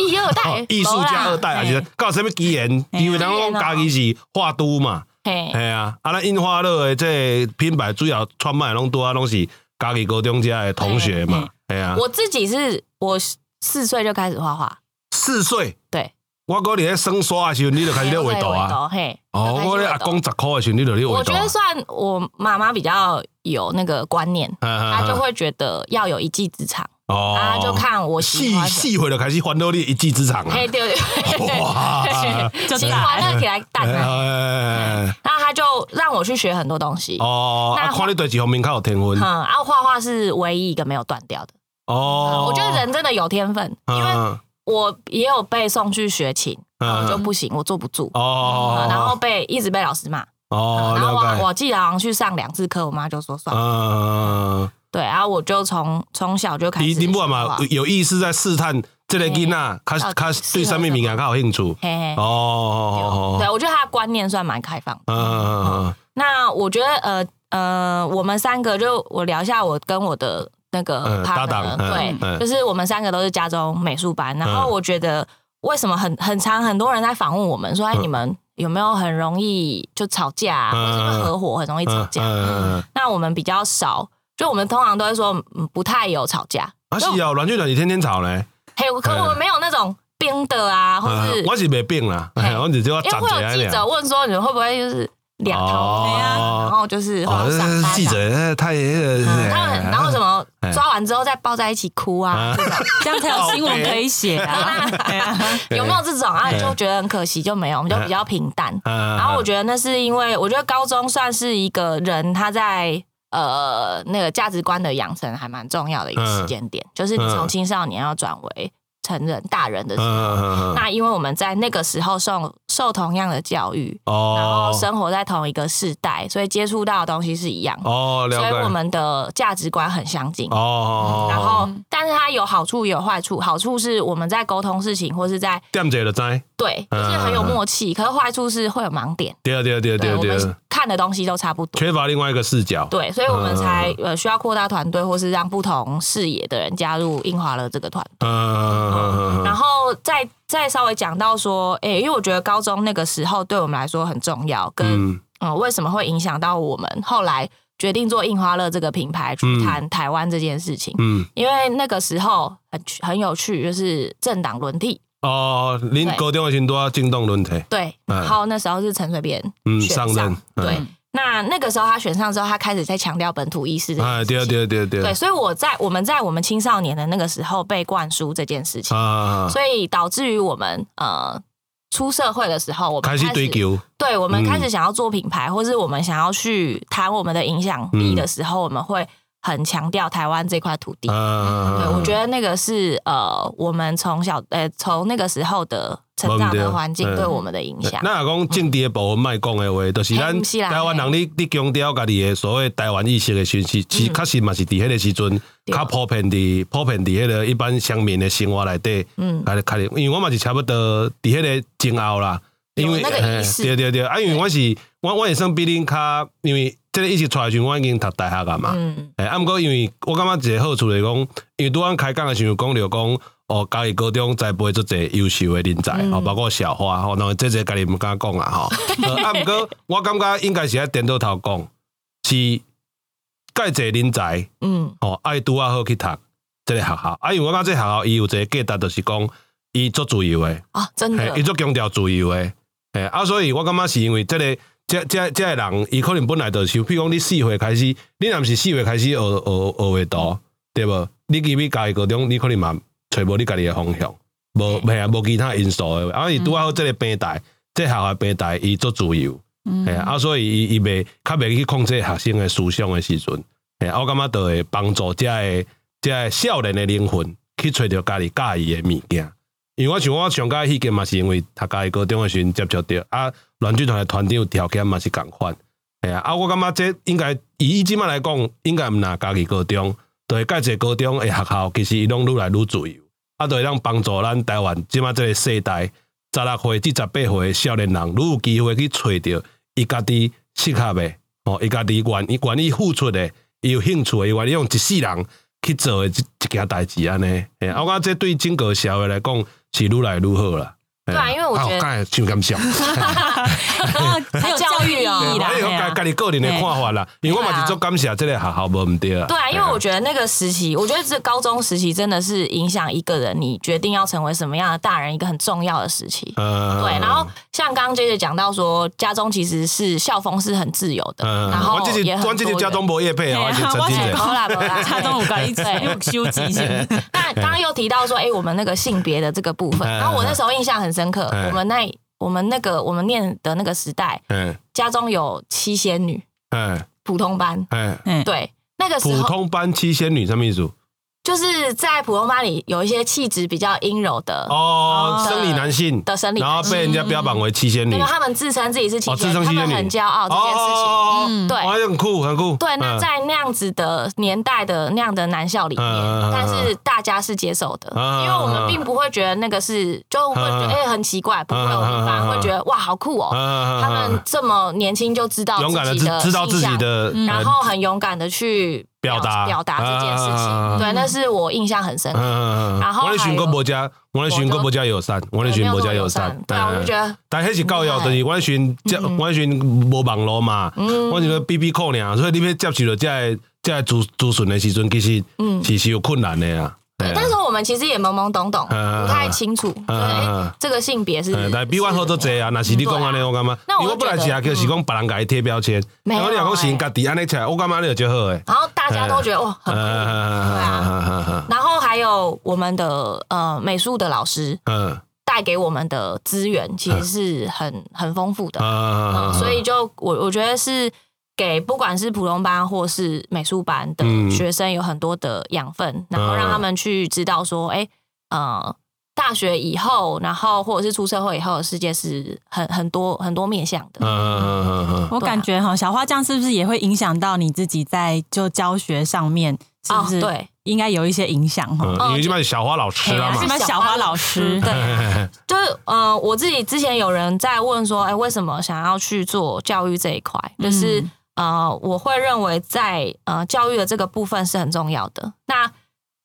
Speaker 4: 一二代
Speaker 2: 艺术家二代啊，
Speaker 4: 没
Speaker 2: 就
Speaker 4: 哎啦
Speaker 2: 是搞什么基因，
Speaker 3: 嘿
Speaker 2: 因为人讲家己是画都嘛，
Speaker 4: 嘿
Speaker 2: 系
Speaker 4: 嘿
Speaker 2: 啊，啊咱印花乐的这品牌主要创办的拢多啊，拢是家己高中家的同学嘛，系啊，
Speaker 4: 我自己是我四岁就开始画画，
Speaker 2: 四岁，
Speaker 4: 对，
Speaker 2: 我哥你在生刷的时候，你就开始在画图啊，
Speaker 4: 我在画图嘿，
Speaker 2: 哦，
Speaker 4: 就开始
Speaker 2: 我咧阿
Speaker 4: 画图
Speaker 2: 公十块的时候，你就咧画
Speaker 4: 我
Speaker 2: 图
Speaker 4: 觉
Speaker 2: 啊
Speaker 4: 得，算我妈妈比较有那个观念，她
Speaker 2: 他
Speaker 4: 就会觉得要有一技之长，她
Speaker 2: 嗯哦
Speaker 4: 就看我喜
Speaker 2: 细
Speaker 4: 欢什么。
Speaker 2: 细会就开始欢乐你的一技之长啊
Speaker 4: 嘿，，对对， (laughs)
Speaker 2: 哇，
Speaker 3: 就
Speaker 4: 喜
Speaker 3: 在
Speaker 4: 欢那给她蛋啊，
Speaker 2: 哎
Speaker 4: (laughs) 那她就让我去学很多东西。
Speaker 2: 哦，啊，
Speaker 4: 那
Speaker 2: 看你对几方面较有天分
Speaker 4: 嗯，，然后画画是唯一一个没有断掉的。嗯
Speaker 2: 哦，
Speaker 4: 我觉得人真的有天分，因为
Speaker 2: 嗯，
Speaker 4: 我也有被送去学琴，
Speaker 2: 嗯
Speaker 4: 然后就不行，我坐不住，
Speaker 2: 哦
Speaker 4: 嗯，然后被一直被老师骂，嗯
Speaker 2: 哦，
Speaker 4: 然后
Speaker 2: 了解
Speaker 4: 我我记得好像去上两次课，我妈就说算了，
Speaker 2: 嗯，
Speaker 4: 对，然后我就从从小就开始
Speaker 2: 你
Speaker 4: 学画，
Speaker 2: 你不管嘛，呃有意识在试探这个囡仔，他
Speaker 4: 到底
Speaker 2: 他
Speaker 4: 适合
Speaker 2: 对什么敏啊感较有兴趣。
Speaker 4: 嘿嘿
Speaker 2: 哦，哦
Speaker 4: 对
Speaker 2: 哦，
Speaker 4: 我觉得他的观念算蛮开放的。
Speaker 2: 嗯嗯
Speaker 4: 那我觉得呃呃，我们三个就我聊一下我跟我的那个
Speaker 2: 嗯搭
Speaker 4: partner，、
Speaker 2: 档嗯
Speaker 4: 对，
Speaker 2: 嗯
Speaker 4: 就是我们三个都是加州美术班，然后
Speaker 2: 嗯
Speaker 4: 我觉得为什么很很常很多人在访问我们说，哎，
Speaker 2: 嗯
Speaker 4: 你们有没有很容易就吵架、啊，
Speaker 2: 嗯
Speaker 4: 或者是合伙很容易吵
Speaker 2: 嗯
Speaker 4: 架？
Speaker 2: 嗯，
Speaker 4: 那我们比较少，就我们通常都会说嗯不太有吵架，
Speaker 2: 啊是哦，阮俊良是天天吵嘞，
Speaker 4: 嘿，可我们没有那种冰的啊，或是
Speaker 2: 嗯呃我是没病啦， (laughs) 我只是我
Speaker 4: 因为
Speaker 2: 长
Speaker 4: 会
Speaker 2: 起
Speaker 4: 有
Speaker 2: 来
Speaker 4: 记者
Speaker 2: 俩。
Speaker 4: 问说你们会不会就是两头
Speaker 2: 哦
Speaker 4: 飞啊，然后就是
Speaker 2: 哦，
Speaker 4: 互相
Speaker 2: 记者他也
Speaker 4: 嗯他们然后什么
Speaker 2: 哎
Speaker 4: 抓完之后再抱在一起哭啊，
Speaker 2: (laughs)
Speaker 4: 这种
Speaker 3: 这样才有新闻可以写
Speaker 2: 哦
Speaker 3: 啊，对啊，
Speaker 4: 有没有这种啊？
Speaker 2: 哎
Speaker 4: 就觉得很可惜，就没有，我们就比较平淡。
Speaker 2: 嗯
Speaker 4: 然后我觉得那是因为，我觉得高中算是一个人他在呃那个价值观的养成还蛮重要的一个时间
Speaker 2: 嗯
Speaker 4: 点，就是你从青少年要转为成人大人的时候。
Speaker 2: 嗯
Speaker 4: 那因为我们在那个时候受受同样的教育，然后
Speaker 2: 哦
Speaker 4: 生活在同一个世代，所以接触到的东西是一样的，
Speaker 2: 哦了
Speaker 4: 所以我
Speaker 2: 解
Speaker 4: 们的价值观很相近。
Speaker 2: 哦，
Speaker 4: 然后，但是它有好处也有坏处。好处是我们在沟通事情，或是在
Speaker 2: 点者就知，
Speaker 4: 对，就是很有默契。可是坏处是会有盲点，
Speaker 2: 对对嗯对对
Speaker 4: 我
Speaker 2: 对
Speaker 4: 们，看的东西都差不多。
Speaker 2: 缺乏另外一个视角。
Speaker 4: 对，所以我们才
Speaker 2: 嗯
Speaker 4: 呃需要扩大团队，或是让不同视野的人加入印华乐这个团队。
Speaker 2: 嗯，
Speaker 4: 然后再再稍微讲到说，哎、因为我觉得高中那个时候对我们来说很重要，跟嗯、
Speaker 2: 嗯
Speaker 4: 呃为什么会影响到我们后来决定做印花乐这个品牌
Speaker 2: 嗯
Speaker 4: 去谈台湾这件事情，
Speaker 2: 嗯，
Speaker 4: 因为那个时候很很有趣，就是政党轮替，
Speaker 2: 哦，您
Speaker 4: 对
Speaker 2: 高中的时候都要进动论坛，
Speaker 4: 对，
Speaker 2: 嗯
Speaker 4: 然后那时候是陈水扁
Speaker 2: 嗯，
Speaker 4: 选
Speaker 2: 上任，
Speaker 4: 对，那那个时候他选上之后，他开始在强调本土意识这
Speaker 2: 嗯，
Speaker 4: 件
Speaker 2: 哎，
Speaker 4: 事情，
Speaker 2: 对对对对，
Speaker 4: 对，所以我在我们在我们青少年的那个时候被灌输这件事情。
Speaker 2: 啊，
Speaker 4: 所以导致于我们呃出社会的时候，我们
Speaker 2: 开始追求，
Speaker 4: 对我
Speaker 2: 嗯
Speaker 4: 们开始想要做品牌，或是我们想要去谈我们的影响力
Speaker 2: 嗯
Speaker 4: 的时候，我们会很强调台湾这块土地。
Speaker 2: 啊，
Speaker 4: 对，我觉得那个是呃，我们从小呃，从那个时候的成长的环境
Speaker 2: 嗯
Speaker 4: 对我们的影响。
Speaker 2: 那若讲政治的部分莫讲的话，就是
Speaker 4: 嘿
Speaker 2: 咱
Speaker 4: 不是啦
Speaker 2: 台湾人，你你强调家己的所谓台湾意识的讯息，是确实嘛是伫迄个时阵
Speaker 4: 对
Speaker 2: 较普遍伫普遍伫迄个一般乡民的生活内底，
Speaker 4: 嗯
Speaker 2: 啊，较因为我嘛是差不多伫迄个前后啦，因为
Speaker 4: 有那个
Speaker 2: 嘿
Speaker 4: 意识
Speaker 2: 对对对，啊，因为我是我我也算比恁较，因为即个意识出来的时候，我已经读大学啊嘛，
Speaker 4: 嗯，
Speaker 2: 诶，啊，毋过因为我感觉一个好处就是讲，因为拄咱开讲的时候讲着讲，哦，家己高中栽培足侪优秀的人才，哦、包括小花，吼、哦，然后这这家己毋敢讲啊，吼、呃啊，毋过我感觉应该是爱颠倒头讲，是介侪人才，
Speaker 4: 嗯，
Speaker 2: 哦，爱拄啊好去读即个学校，啊，因为我感觉即个学校伊有一个价值，就是讲伊足自由的。
Speaker 4: 啊，真
Speaker 2: 嘿
Speaker 4: 的
Speaker 2: 伊，做强调自由诶，嘿啊，所以我感觉是因为即、个。即即即个人，伊可能本来就是，比如讲你四岁开始，你若毋是四岁开始学学学画图，对无？你基本家己高中，你可能嘛揣无你家己诶方向，无吓啊，无其他因素诶。啊，伊拄好即个平台，即个学校的平台，伊做自由，
Speaker 3: 嗯
Speaker 2: 嘿 (laughs) 啊，所以伊伊袂较袂去控制学生诶思想诶时阵，嘿啊，我感觉就会帮助遮个遮个少年诶灵魂去揣着家己喜意诶物件。因为我想我上届迄间嘛是因为读家己高中诶时阵接触着啊，阮剧团诶团长条件嘛是共款，哎啊，我感觉这应该以伊即摆来讲，应该毋若家己高中，对介济高中诶学校，其实伊拢愈来愈自由，啊，对咱帮助咱台湾即摆即个世代十六岁至十八岁诶少年人，愈有机会去揣着哦伊家己适合诶，哦，伊家己愿伊愿意付出诶，伊有兴趣诶，伊愿意用一世人去做诶一一件代志安尼，哎，
Speaker 4: 嗯
Speaker 2: 啊我感觉这对整个社会来讲是愈来愈好啦。
Speaker 4: (laughs) 对啊
Speaker 2: 嘿 (laughs)
Speaker 4: 因为我觉得
Speaker 2: 啊刚才想感想。
Speaker 3: 很有教育意义
Speaker 2: 对哎
Speaker 3: 啦
Speaker 2: 我。也有
Speaker 4: 嘿啊
Speaker 2: 家家己个人的看法啦，因为我嘛是做感谢这个学校无毋对啊。
Speaker 4: 对啊，因为我
Speaker 2: 嘿
Speaker 4: 觉得那个时期，我觉得这高中时期真的是影响一个人，你决定要成为什么样的大人一个很重要的时期。
Speaker 2: 呃
Speaker 4: 对，然后像刚刚 J J 讲到说，家中其实是校风是很自由的，
Speaker 2: 呃
Speaker 4: 然后
Speaker 2: 我这是
Speaker 4: 也很
Speaker 2: 我这是
Speaker 4: 多
Speaker 2: 家
Speaker 4: 元
Speaker 2: 中无业配啊，我是曾经
Speaker 3: 对
Speaker 2: 的
Speaker 3: 我
Speaker 4: 好啦，
Speaker 2: (laughs)
Speaker 4: 好啦，
Speaker 3: 他都有搞一起
Speaker 4: 对
Speaker 3: 又修集是不是
Speaker 4: 那刚刚又提到说，哎、我们那个性别的这个部分，
Speaker 2: 嗯
Speaker 4: 然后我那时候印象很深刻，
Speaker 2: 嗯
Speaker 4: 我们那我们那个我们念的那个时代，
Speaker 2: 嗯
Speaker 4: 家中有七仙女
Speaker 2: 嗯
Speaker 4: 普通班，
Speaker 2: 嗯，
Speaker 3: 嗯，
Speaker 4: 对，那个时
Speaker 2: 普
Speaker 4: 候
Speaker 2: 通班七仙女什么意思？
Speaker 4: 就是在普通班里有一些气质比较阴柔的、
Speaker 2: 哦，
Speaker 4: 的
Speaker 2: 生理男性，
Speaker 4: 的生理
Speaker 2: 然
Speaker 4: 男
Speaker 2: 后
Speaker 4: 性，
Speaker 2: 被人家标榜为七仙女
Speaker 4: 因为，他们自称自己是七
Speaker 2: 哦，自
Speaker 4: 仙女，
Speaker 2: 称
Speaker 4: 他
Speaker 2: 七仙
Speaker 4: 们
Speaker 2: 女，
Speaker 4: 很骄傲这件事情。
Speaker 2: 哦哦哦哦
Speaker 3: 嗯
Speaker 4: 对
Speaker 2: 哦很酷很酷。
Speaker 4: 对，那
Speaker 2: 嗯
Speaker 4: 在那样子的年代的那样的男校里面，
Speaker 2: 嗯嗯嗯嗯
Speaker 4: 但是大家是接受的，
Speaker 2: 嗯嗯
Speaker 4: 因为我们并不会觉得那个是，就会觉得
Speaker 2: 嗯嗯
Speaker 4: 哎、很奇怪，不会，我们反而会觉得哇好酷哦、
Speaker 2: 嗯
Speaker 4: 他们这么年轻就知道
Speaker 2: 勇敢的
Speaker 4: 自己
Speaker 2: 知
Speaker 4: 的嗯
Speaker 2: 知道自
Speaker 4: 性
Speaker 2: 己
Speaker 4: 向，
Speaker 2: 的，
Speaker 4: 然
Speaker 2: 呃
Speaker 4: 后很勇敢的去
Speaker 2: 表达
Speaker 4: 表达这件事情，
Speaker 2: 嗯嗯嗯嗯
Speaker 4: 对，那是我印象很深刻。
Speaker 2: 嗯，嗯嗯
Speaker 4: 然后
Speaker 2: 我咧
Speaker 4: 还
Speaker 2: 选
Speaker 4: 有
Speaker 2: 国无家，我咧选国无家友善，我咧
Speaker 4: 对没
Speaker 2: 选
Speaker 4: 有
Speaker 2: 国
Speaker 4: 那
Speaker 2: 家
Speaker 4: 么
Speaker 2: 友
Speaker 4: 友
Speaker 2: 善嗯
Speaker 4: 善，，对啊，我就觉得
Speaker 2: 但迄是教育，就是我选接，我选无网络嘛，我是个 B B 扣尔，所以你要接受到这这资资讯的时阵，其实
Speaker 4: 嗯
Speaker 2: 是是有困难的啊。
Speaker 4: 对，但是我们其实也懵懵懂懂，
Speaker 2: 嗯嗯嗯
Speaker 4: 不太清楚，就是
Speaker 2: 嗯嗯
Speaker 4: 哎
Speaker 2: 嗯
Speaker 4: 这个性别是
Speaker 2: 哎，，但比我好多济啊！若是你讲安尼，我感觉，因为我本来是啊，就是讲别人家贴标签，然后你讲是家己安尼起来，我感觉你就就好诶。
Speaker 4: 然后大家都觉得哇很酷，对啊。
Speaker 2: 嗯
Speaker 4: 然后还有我们的呃美术的老师
Speaker 2: 嗯
Speaker 4: 带给我们的资源，其实是很很丰富的。嗯
Speaker 2: 嗯，
Speaker 4: 所以就我我觉得是给不管是普通班或是美术班的
Speaker 2: 嗯
Speaker 4: 学生有很多的养分，然后让他们去知道说，哎、呃，大学以后，然后或者是出社会以后，世界是很很多很多面向的。
Speaker 2: 嗯嗯
Speaker 3: 我感觉哈，小花酱是不是也会影响到你自己在就教学上面，是不是？
Speaker 4: 哦对，
Speaker 3: 应该有一些影响哈。
Speaker 2: 嗯，你起码是小花老师啦
Speaker 4: 啊
Speaker 2: 嘛
Speaker 3: 什。么小花老
Speaker 4: 嗯？
Speaker 3: 师
Speaker 4: 对，就是呃，我自己之前有人在问说，哎、为什么想要去做教育这一块？就是、呃，我会认为在呃教育的这个部分是很重要的。那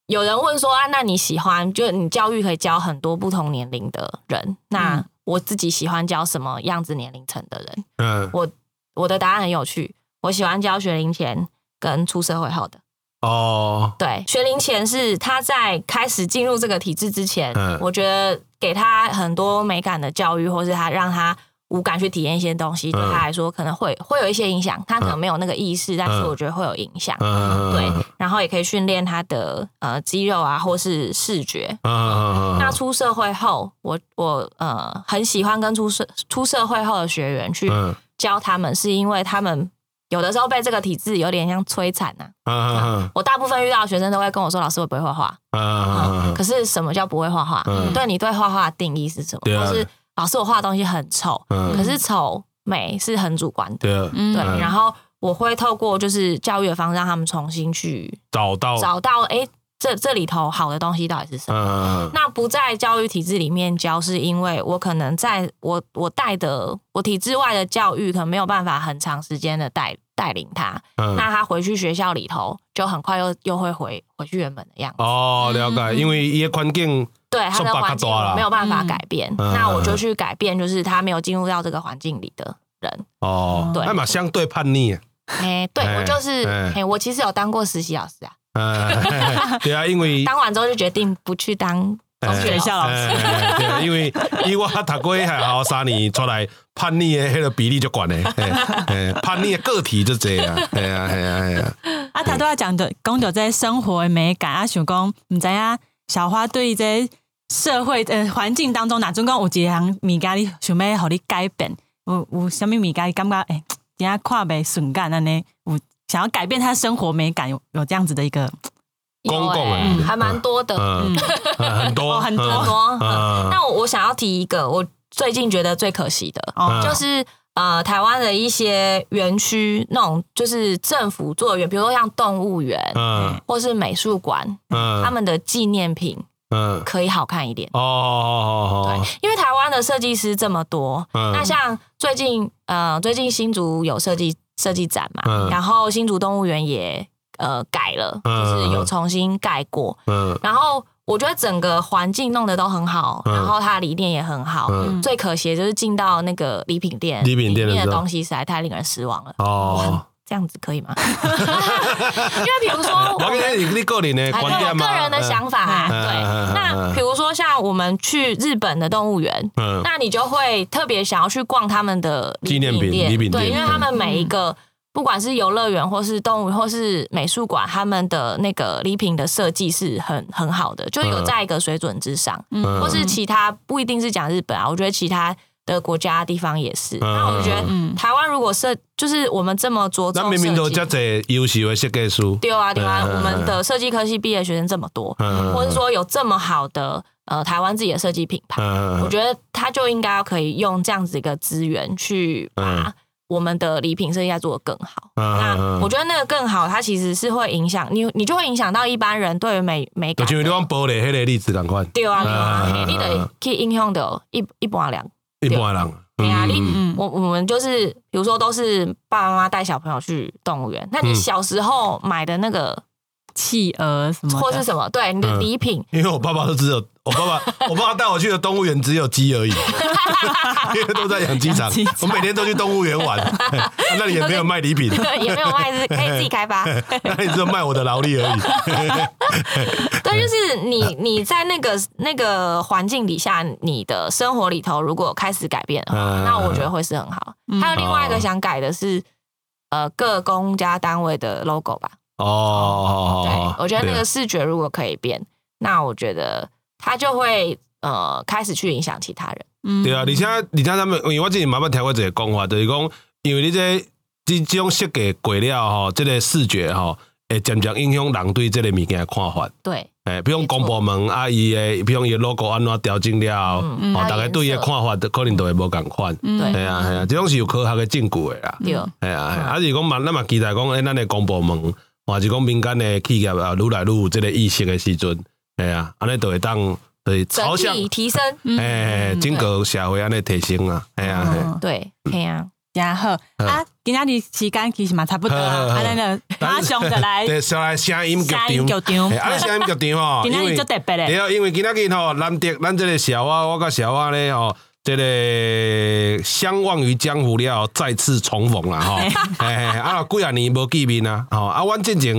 Speaker 4: 有人问说啊，那你喜欢就你教育可以教很多不同年龄的人，那
Speaker 3: 嗯
Speaker 4: 我自己喜欢教什么样子年龄层的人？
Speaker 2: 嗯，
Speaker 4: 我我的答案很有趣，我喜欢教学龄前跟出社会后的。
Speaker 2: 哦，
Speaker 4: 对，学龄前是他在开始进入这个体制之前，
Speaker 2: 嗯
Speaker 4: 我觉得给他很多美感的教育，或是他让他五感去体验一些东西，对
Speaker 2: 嗯
Speaker 4: 他来说可能会会有一些影响，他可能没有那个意识，但是我觉得会有影响。
Speaker 2: 嗯
Speaker 4: 对，然后也可以训练他的呃肌肉啊，或是视觉。
Speaker 2: 啊
Speaker 4: 那出社会后，我我呃很喜欢跟出社出社会后的学员去
Speaker 2: 嗯
Speaker 4: 教他们，是因为他们有的时候被这个体制有点像摧残呐、
Speaker 2: 啊
Speaker 4: 我大部分遇到的学生都会跟我说：“老师，我不会画画。嗯”
Speaker 2: 啊！
Speaker 4: 可是什么叫不会画画？
Speaker 2: 嗯
Speaker 4: 对你对画画的定义是什么？
Speaker 2: 对啊
Speaker 4: 或是老师，我画的东西很丑，
Speaker 2: 嗯
Speaker 4: 可是丑美是很主观的。
Speaker 2: 对，
Speaker 3: 嗯
Speaker 4: 对，然后我会透过就是教育的方式，让他们重新去
Speaker 2: 找到
Speaker 4: 找到哎、诶这这里头好的东西到底是什么？
Speaker 2: 嗯
Speaker 4: 那不在教育体制里面教，是因为我可能在我我带的我体制外的教育，可能没有办法很长时间的带带领他。
Speaker 2: 嗯
Speaker 4: 那他回去学校里头，就很快又又会回回去原本的样子。
Speaker 2: 哦，了解，因为伊个环境
Speaker 4: 对他的
Speaker 2: 受
Speaker 4: 环
Speaker 2: 较
Speaker 4: 境
Speaker 2: 大啦
Speaker 4: 我没有办法改变，
Speaker 2: 啊嗯
Speaker 4: 那我就去改变，就是他没有进入到这个环境里的人。
Speaker 2: 哦，那嘛相对叛逆，
Speaker 4: 哎、对
Speaker 2: 哎
Speaker 4: 我就是
Speaker 2: 哎
Speaker 4: 哎、我其实有当过实习老师啊，
Speaker 2: 嗯， (laughs) 对啊，因为
Speaker 4: 当完之后就决定不去当中学老
Speaker 3: 学
Speaker 4: 师
Speaker 3: 校老师，
Speaker 2: 哎对啊，因为因为我读过迄校三年出来，叛逆的迄个比例就悬诶，嘿嘿叛逆的个体就这样，哎呀哎呀哎呀，
Speaker 3: 啊，头拄仔讲着讲着这生活的美感，啊，想讲毋知影小花对这社会呃环境当中，哪阵讲有一项物件你想要互你改变，有有啥物物件你感觉诶，真正看袂顺眼安尼，有想要改变他生活美感，有有这样子的一个
Speaker 4: 有
Speaker 2: 公共
Speaker 4: 哎
Speaker 2: 的
Speaker 4: 还蛮多的。
Speaker 2: 嗯，很多
Speaker 3: 哦很多
Speaker 2: 嗯
Speaker 4: 很多。
Speaker 2: 嗯
Speaker 4: 嗯那我我想要提一个，我最近觉得最可惜的，
Speaker 3: 哦
Speaker 2: 嗯
Speaker 4: 就是呃，台湾的一些园区那种，就是政府做的园，比如说像动物园
Speaker 2: 嗯
Speaker 4: 或是美术馆，
Speaker 2: 嗯，
Speaker 4: 他们的纪念品
Speaker 2: 嗯
Speaker 4: 可以好看一点。
Speaker 2: 哦哦哦
Speaker 4: 对，因为台湾的设计师这么多，
Speaker 2: 嗯
Speaker 4: 那像最近呃，最近新竹有设计设计展嘛，
Speaker 2: 嗯
Speaker 4: 然后新竹动物园也呃改了，
Speaker 2: 嗯
Speaker 4: 就是有重新盖过，
Speaker 2: 哦，
Speaker 4: 然后我觉得整个环境弄得都很好，
Speaker 2: 嗯
Speaker 4: 然后它的理念也很好。
Speaker 2: 嗯
Speaker 4: 最可惜的就是进到那个礼品店，
Speaker 2: 礼品店的
Speaker 4: 里面
Speaker 2: 时
Speaker 4: 的
Speaker 2: 候
Speaker 4: 东西实在太令人失望了。
Speaker 2: 嗯哦，
Speaker 4: 这样子可以吗？ (laughs) 因为比如说我
Speaker 2: (laughs) 我
Speaker 4: 们，
Speaker 2: 跟你你个人的
Speaker 4: 哎
Speaker 2: 观
Speaker 4: 对我
Speaker 2: 点嘛，
Speaker 4: 个人的想法啊，
Speaker 2: 嗯嗯嗯
Speaker 4: 对。
Speaker 2: 嗯
Speaker 4: 那比如说像我们去日本的动物园，
Speaker 2: 嗯，
Speaker 4: 那你就会特别想要去逛他们的
Speaker 2: 纪念品
Speaker 4: 店，
Speaker 2: 礼品
Speaker 4: 对，
Speaker 2: 店
Speaker 4: 因为他们每一个。不管是游乐园，或是动物，或是美术馆，他们的那个礼品的设计是很很好的，就有在一个水准之上，
Speaker 2: 嗯
Speaker 4: 或是其他不一定是讲日本啊，我觉得其他的国家地方也是。那我觉得
Speaker 3: 嗯
Speaker 4: 台湾如果设，就是我们这么着重
Speaker 2: 咱明明都
Speaker 4: 设
Speaker 2: 遮
Speaker 4: 计，
Speaker 2: 侪优秀的设计师，
Speaker 4: 对啊对啊，
Speaker 2: 嗯嗯嗯
Speaker 4: 我们的设计科系毕业学生这么多，
Speaker 2: 嗯
Speaker 4: 或是说有这么好的呃台湾自己的设计品牌，
Speaker 2: 嗯
Speaker 4: 我觉得他就应该要可以用这样子一个资源去把我们的礼品设计再做得更好。
Speaker 2: 嗯
Speaker 4: 啊那我觉得那个更好，它其实是会影响你，你就会影响到一般人对于美美
Speaker 2: 就
Speaker 4: 感的。
Speaker 2: 像你讲玻璃迄个例子同款，
Speaker 4: 对啊，对啊，
Speaker 2: 嗯
Speaker 4: 嘿你得去影响到一一般人。
Speaker 2: 一般人，
Speaker 4: 对啊，你
Speaker 2: 嗯
Speaker 3: 嗯
Speaker 4: 我我们就是，比如说都是爸爸妈妈带小朋友去动物园，那你
Speaker 2: 嗯
Speaker 4: 小时候买的那个
Speaker 3: 企鹅什么
Speaker 4: 或是
Speaker 3: 的，
Speaker 4: 什么，对你的
Speaker 2: 嗯
Speaker 4: 礼品， (laughs)
Speaker 2: 因为我爸爸都只有我爸爸， (laughs) 我爸爸带我去的动物园只有鸡
Speaker 4: (laughs)
Speaker 2: 而已，因为都在养鸡场
Speaker 3: 养鸡场，
Speaker 2: 我每天都去动物园
Speaker 4: (laughs)
Speaker 2: 玩，那里也没有卖礼品，
Speaker 4: 也没有卖，是可以自己开发。
Speaker 2: (laughs) 那里只有卖我的劳力而已。
Speaker 4: 对，就是你你在那个那个环境底下，你的生活里头如果开始改变的话，
Speaker 2: 嗯
Speaker 4: 那我觉得会是很好。还有另外一个想改的是，呃，各公家单位的 logo 吧。对
Speaker 2: 哦，，
Speaker 4: 我觉得那个视觉如果可以变，那我觉得它就会呃开始去影响其他人。
Speaker 3: 嗯
Speaker 2: 对啊，而且而且他们，因为我之前嘛捌听过一个讲法，就是讲，因为你这这种设计过了吼，这个视觉吼，会渐渐影响人对这个物件的看法。
Speaker 4: 对，
Speaker 2: 诶、比如讲公部门啊，伊诶，比如伊 logo 安怎调整了，哦、
Speaker 4: 嗯
Speaker 2: 大
Speaker 4: 还
Speaker 2: 家
Speaker 4: 有
Speaker 2: 对伊
Speaker 4: 颜
Speaker 2: 的
Speaker 4: 色
Speaker 2: 看法就可能都会无共款。
Speaker 3: 嗯
Speaker 4: 对
Speaker 2: 系啊系啊，这种是有科学的证据的啦。
Speaker 4: 对，
Speaker 2: 系啊，系啊，啊是讲嘛，咱嘛期待讲，哎诶，咱的公部门，或是讲民间的企业啊，愈来愈有这个意识的时阵，系啊，安尼就会当对朝
Speaker 4: 整
Speaker 2: 向嗯
Speaker 4: 体提升。
Speaker 2: 诶整个哎社会安尼提升啊，系啊，嘿
Speaker 3: 嗯
Speaker 4: 对，可以啊。
Speaker 3: 然后啊，今仔日时间其实嘛差不多
Speaker 2: 嗯嗯嗯嗯
Speaker 3: 啊，啊，咱就马上就
Speaker 2: (laughs)
Speaker 3: 来
Speaker 2: 对，上来声音剧
Speaker 3: 声音剧
Speaker 2: 场，
Speaker 3: 场
Speaker 2: 嘿啊，声音剧场吼，
Speaker 3: (laughs) 今仔
Speaker 2: 因
Speaker 3: 日
Speaker 2: 为
Speaker 3: 足特别的
Speaker 2: 对啊，因为今仔日吼，难得咱这个小啊，我甲小啊咧吼，这个相忘于江湖了，再次重逢啦
Speaker 3: (laughs)
Speaker 2: 吼，哎，啊，几啊年无见面啊，吼，啊，阮进前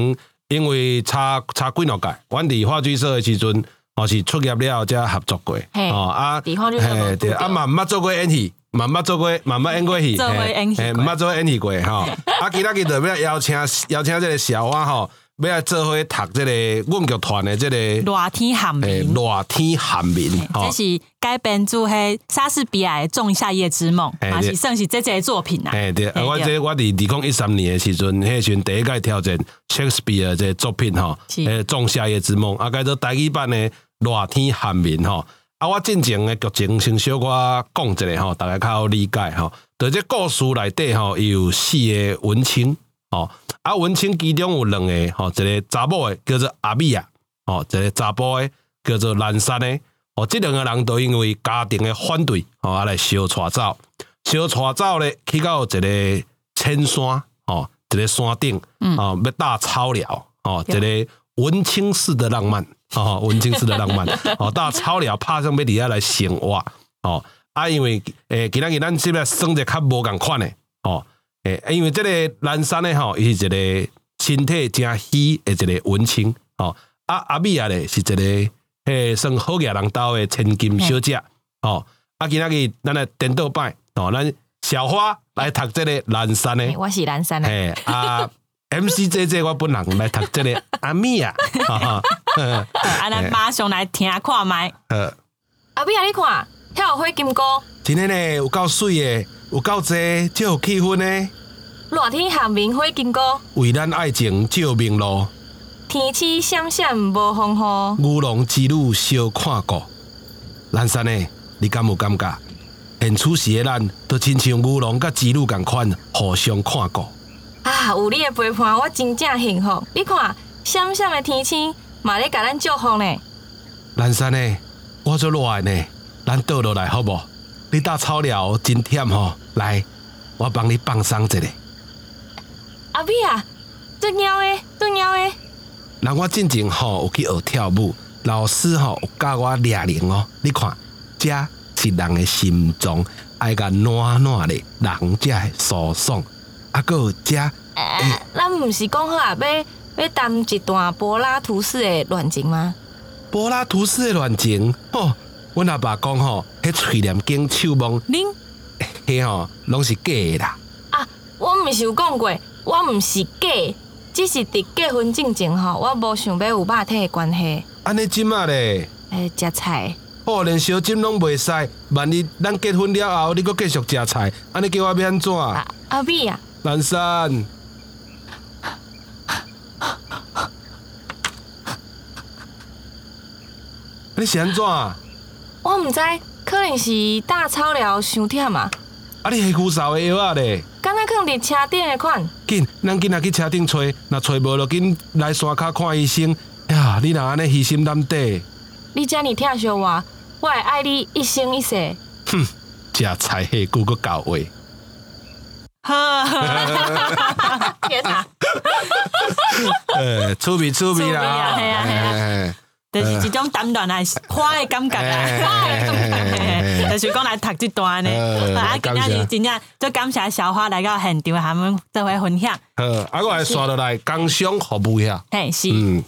Speaker 2: 因为差差几落届，阮伫话剧社的时阵，吼是出业了后才合作过，
Speaker 4: 嘿
Speaker 2: 哦啊，
Speaker 4: 伫话剧社有
Speaker 2: 嘿对，啊
Speaker 4: 拄到
Speaker 2: 啊嘛毋捌做过演戏，慢慢做过，慢慢演过戏，
Speaker 3: 做过演戏
Speaker 2: 嘿嘿
Speaker 3: 过
Speaker 2: 慢慢做过演戏过吼。啊，今仔日就要邀请邀请这个小花吼，要来做伙读这个阮剧团的这个
Speaker 3: 热天寒
Speaker 2: 诶
Speaker 3: 冰，
Speaker 2: 热天寒
Speaker 3: 嘿
Speaker 2: 眠吼
Speaker 3: 这。是改编自迄莎士比亚的《仲夏夜之梦》，
Speaker 2: 嘿
Speaker 3: 嘛
Speaker 2: 对
Speaker 3: 是算是这这个作品啦。
Speaker 2: 哎，对，啊
Speaker 3: 嘿
Speaker 2: 我
Speaker 3: 对
Speaker 2: 这我伫二零一三年的时阵，迄时阵第一届挑战 Shakespeare 的这个作品吼，
Speaker 3: 是
Speaker 2: 诶，《仲夏夜之梦》啊，改做台语版的《热天寒眠》吼。啊，我进前的剧情先小可讲一下吼，大家较好理解吼。在这故事内底吼，伊有四个文青吼，啊，文青其中有两个吼，一个查某的叫做阿米亚，吼，一个查甫的叫做兰山的，吼，即两个人都因为家庭的反对，吼，啊来相带走。小带走咧，去到一个浅山哦，一个山顶
Speaker 3: 嗯
Speaker 2: 哦，要搭草寮哦，一个文青式的浪漫哦，文青式的浪漫哦，搭草寮拍算要伫遐来生活哦，啊，因为诶、今仔日咱即个算一个较无共款诶哦，诶、因为即个南山诶吼，伊是一个身体诚虚诶一个文青哦，啊阿米啊咧是一个诶算好嘢人兜诶千金小姐哦。啊，今仔日咱来颠倒摆哦，咱小花来读这个南山的
Speaker 4: 嘿，我是蓝山
Speaker 2: (laughs)
Speaker 4: 的，
Speaker 2: 嘿啊，MC 姐姐我本人来读这个阿米啊，哈哈，呃呵
Speaker 3: 好啊，咱马上来听看麦，
Speaker 2: 呵
Speaker 4: 阿碧啊，你看，遐有火金菇，
Speaker 2: 真的呢有够水的，有够多，就有气氛呢，
Speaker 4: 热天寒明火金菇，
Speaker 2: 为咱爱情照明路，
Speaker 4: 天气闪闪无风雨。
Speaker 2: 牛郎织女相看顾。南山的，你敢有感觉？现此时的咱，都亲像牛郎甲织女共款，互相看顾。
Speaker 4: 啊，有你的陪伴，我真正幸福。你看，闪闪的天星嘛咧甲咱祝福呢。
Speaker 2: 南山呢，我做热的呢，咱倒落来好无？你搭草料真忝吼，来，我帮你放松一下。
Speaker 4: 阿碧啊，最猫的，最猫的，
Speaker 2: 人我进前吼有去学跳舞，老师吼有教我抓铃哦。你看，这是人的心脏，爱甲暖暖的，人才会舒爽。啊，还有这
Speaker 4: 呃，咱毋是讲好啊，要要谈一段柏拉图式的恋情吗？
Speaker 2: 柏拉图式的恋情，吼、阮阿爸讲吼，迄喙念经手摸，
Speaker 3: 恁
Speaker 2: 迄吼拢是假的啦。
Speaker 4: 啊，我毋是有讲过，我毋是假，只是伫结婚之前吼，我无想要有肉体的关系，
Speaker 2: 安尼即嘛咧？
Speaker 4: 诶、食菜。
Speaker 2: 哦，连小金拢袂使，万一咱结婚了后，你阁继续食菜，安尼叫我要安怎？
Speaker 4: 啊，阿碧啊，
Speaker 2: 南山，你是安怎？啊，
Speaker 4: 我毋知，可能是大草料伤忝啊，
Speaker 2: 你下苦嗽的药啊咧？
Speaker 4: 敢若放伫车顶的款。
Speaker 2: 紧，咱紧仔去车顶找，若找无就紧来山骹看医生。呀，你若安尼虚心难底，
Speaker 4: 你遮尔疼惜我，我会爱你一生一世。
Speaker 2: 食菜下久阁到位。
Speaker 3: 呵呵，
Speaker 4: 天哪！
Speaker 2: (laughs) 呃，趣味趣味啦，
Speaker 3: 趣味啊嘿啊嘿啊
Speaker 2: 啊。
Speaker 3: (laughs) 就是一种淡淡的花的感觉啦，花的感觉，就是讲来读这段呢
Speaker 2: 哎。
Speaker 3: 啊，今
Speaker 2: 感
Speaker 3: 仔
Speaker 2: 谢
Speaker 3: 日真正就感谢小花来到现场，和我们做伙分享。
Speaker 2: 呃，啊，我来刷落来工商服务遐。
Speaker 3: 嘿，是。
Speaker 2: 嗯，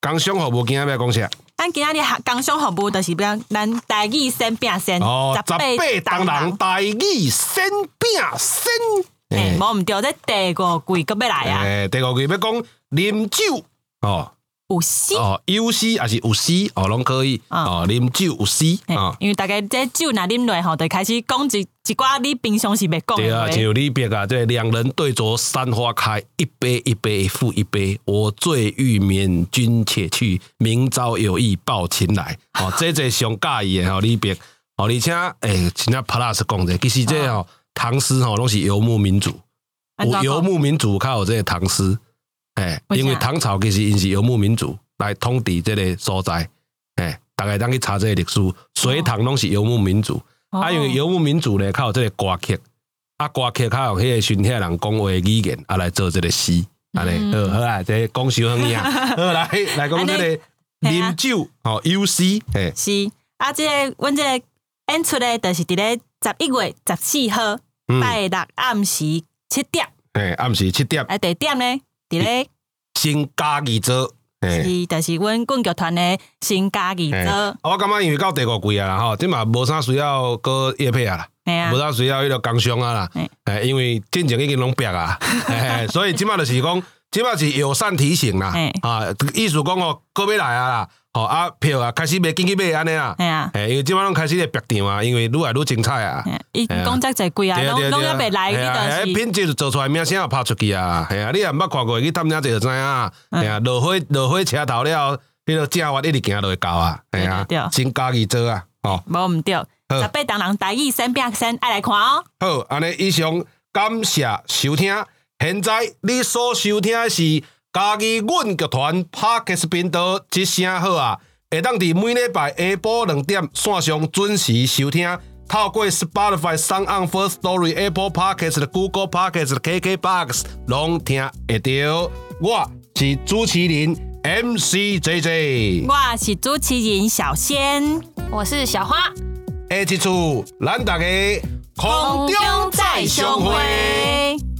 Speaker 2: 工商服务今仔要讲啥？
Speaker 3: 咱今仔日工商服务就是要咱台语先拼先，
Speaker 2: 哦，
Speaker 3: 八
Speaker 2: 十八当人大义先拼先。
Speaker 3: 嘿，无毋对，这第五季搁要来啊，
Speaker 2: 诶，第五句要讲啉酒哦
Speaker 3: 有死。
Speaker 2: 哦，有诗也是有诗哦，拢可以
Speaker 3: 啊
Speaker 2: 哦，啉酒有诗
Speaker 3: 嘿
Speaker 2: 啊。
Speaker 3: 因为大家这酒若啉落吼，就开始讲一一寡你平常是袂讲
Speaker 2: 对
Speaker 3: 的
Speaker 2: 啊，
Speaker 3: 话。
Speaker 2: 就有李白啊，这两人对酌三花开，一杯一杯复一杯，我醉欲眠，君且去，明朝有意抱琴来。哦，这这上介意的吼李白，哦，而且诶，真正 plus 讲者，其实这吼唐诗吼拢是游牧民族，
Speaker 3: 安
Speaker 2: 有
Speaker 3: 怎讲
Speaker 2: 游牧民族较有这个唐诗，诶，
Speaker 3: 为啥
Speaker 2: 因为唐朝其实因是游牧民族来统治这个所在，诶，大概当去查这个历史，隋唐拢是游牧民族。
Speaker 3: 哦
Speaker 2: 啊，因为游牧民族呢，较有即个歌曲，啊，歌曲较有迄个巡遐人讲话的语言，啊来做即个诗，安尼、
Speaker 3: 嗯
Speaker 2: 好好啊，这讲伤远
Speaker 3: (laughs)
Speaker 2: 呀，啊好来来讲即个
Speaker 3: 嘿啊
Speaker 2: 啉酒，吼、有诗，嘿，
Speaker 3: 是啊，即、个阮即个演出咧，就是伫咧十一月十四号、
Speaker 2: 嗯，
Speaker 3: 拜六暗时七点，
Speaker 2: 嘿，暗时七点，
Speaker 3: 啊地点咧伫咧
Speaker 2: 新嘉义州，嘿。
Speaker 3: 是就是阮棍剧团的新家己
Speaker 2: 嘿
Speaker 3: 做
Speaker 2: 啊，我感觉因为到第五季啊啦吼，即嘛无啥需要搁叶配啊啦，
Speaker 3: 哎呀
Speaker 2: 无，到需要迄个工伤啊啦
Speaker 3: 嘿，
Speaker 2: 哎，因为进前已经拢白
Speaker 3: (laughs)
Speaker 2: 啊，嘿嘿所以即马就是讲，即马是友善提醒啦
Speaker 3: 嘿，
Speaker 2: 啊，意思讲哦，搁要来啊啦，吼啊票啊开始卖，紧去买安尼啦，
Speaker 3: 哎呀，
Speaker 2: 哎，因为即马拢开始咧白场啊，因为愈来愈精彩啊
Speaker 3: 哎，呀伊
Speaker 2: 哎呀
Speaker 3: 讲遮侪贵啊，
Speaker 2: 对啊
Speaker 3: 拢
Speaker 2: 对啊
Speaker 3: 拢
Speaker 2: 对
Speaker 3: 要
Speaker 2: 啊
Speaker 3: 袂来，
Speaker 2: 嘿啊
Speaker 3: 你
Speaker 2: 嘿
Speaker 3: 就是
Speaker 2: 品质做出来，名声也拍出去啊，系啊，你也毋捌看过，去探听者就知影啊，
Speaker 3: 嗯
Speaker 2: 系啊，落火落火车头了，迄个正月一直行落会到啊，系啊
Speaker 3: 对对对，
Speaker 2: 新家己做啊，吼。
Speaker 3: 无毋对，十八当人台语三百三爱来看哦，
Speaker 2: 好，安尼以上感谢收听。现在你所收听的是家己阮剧团 Parkes 频道之声好啊，会当伫每礼拜下晡两点线上准时收听。透过 Spotify、s o n On、First Story、Apple Podcasts、Google Podcasts、KKBox 拢听会到。我是主持人 MCJJ，
Speaker 3: 我是主持人小仙，
Speaker 4: 我是小花，
Speaker 2: 下一次咱大家空中再相会。。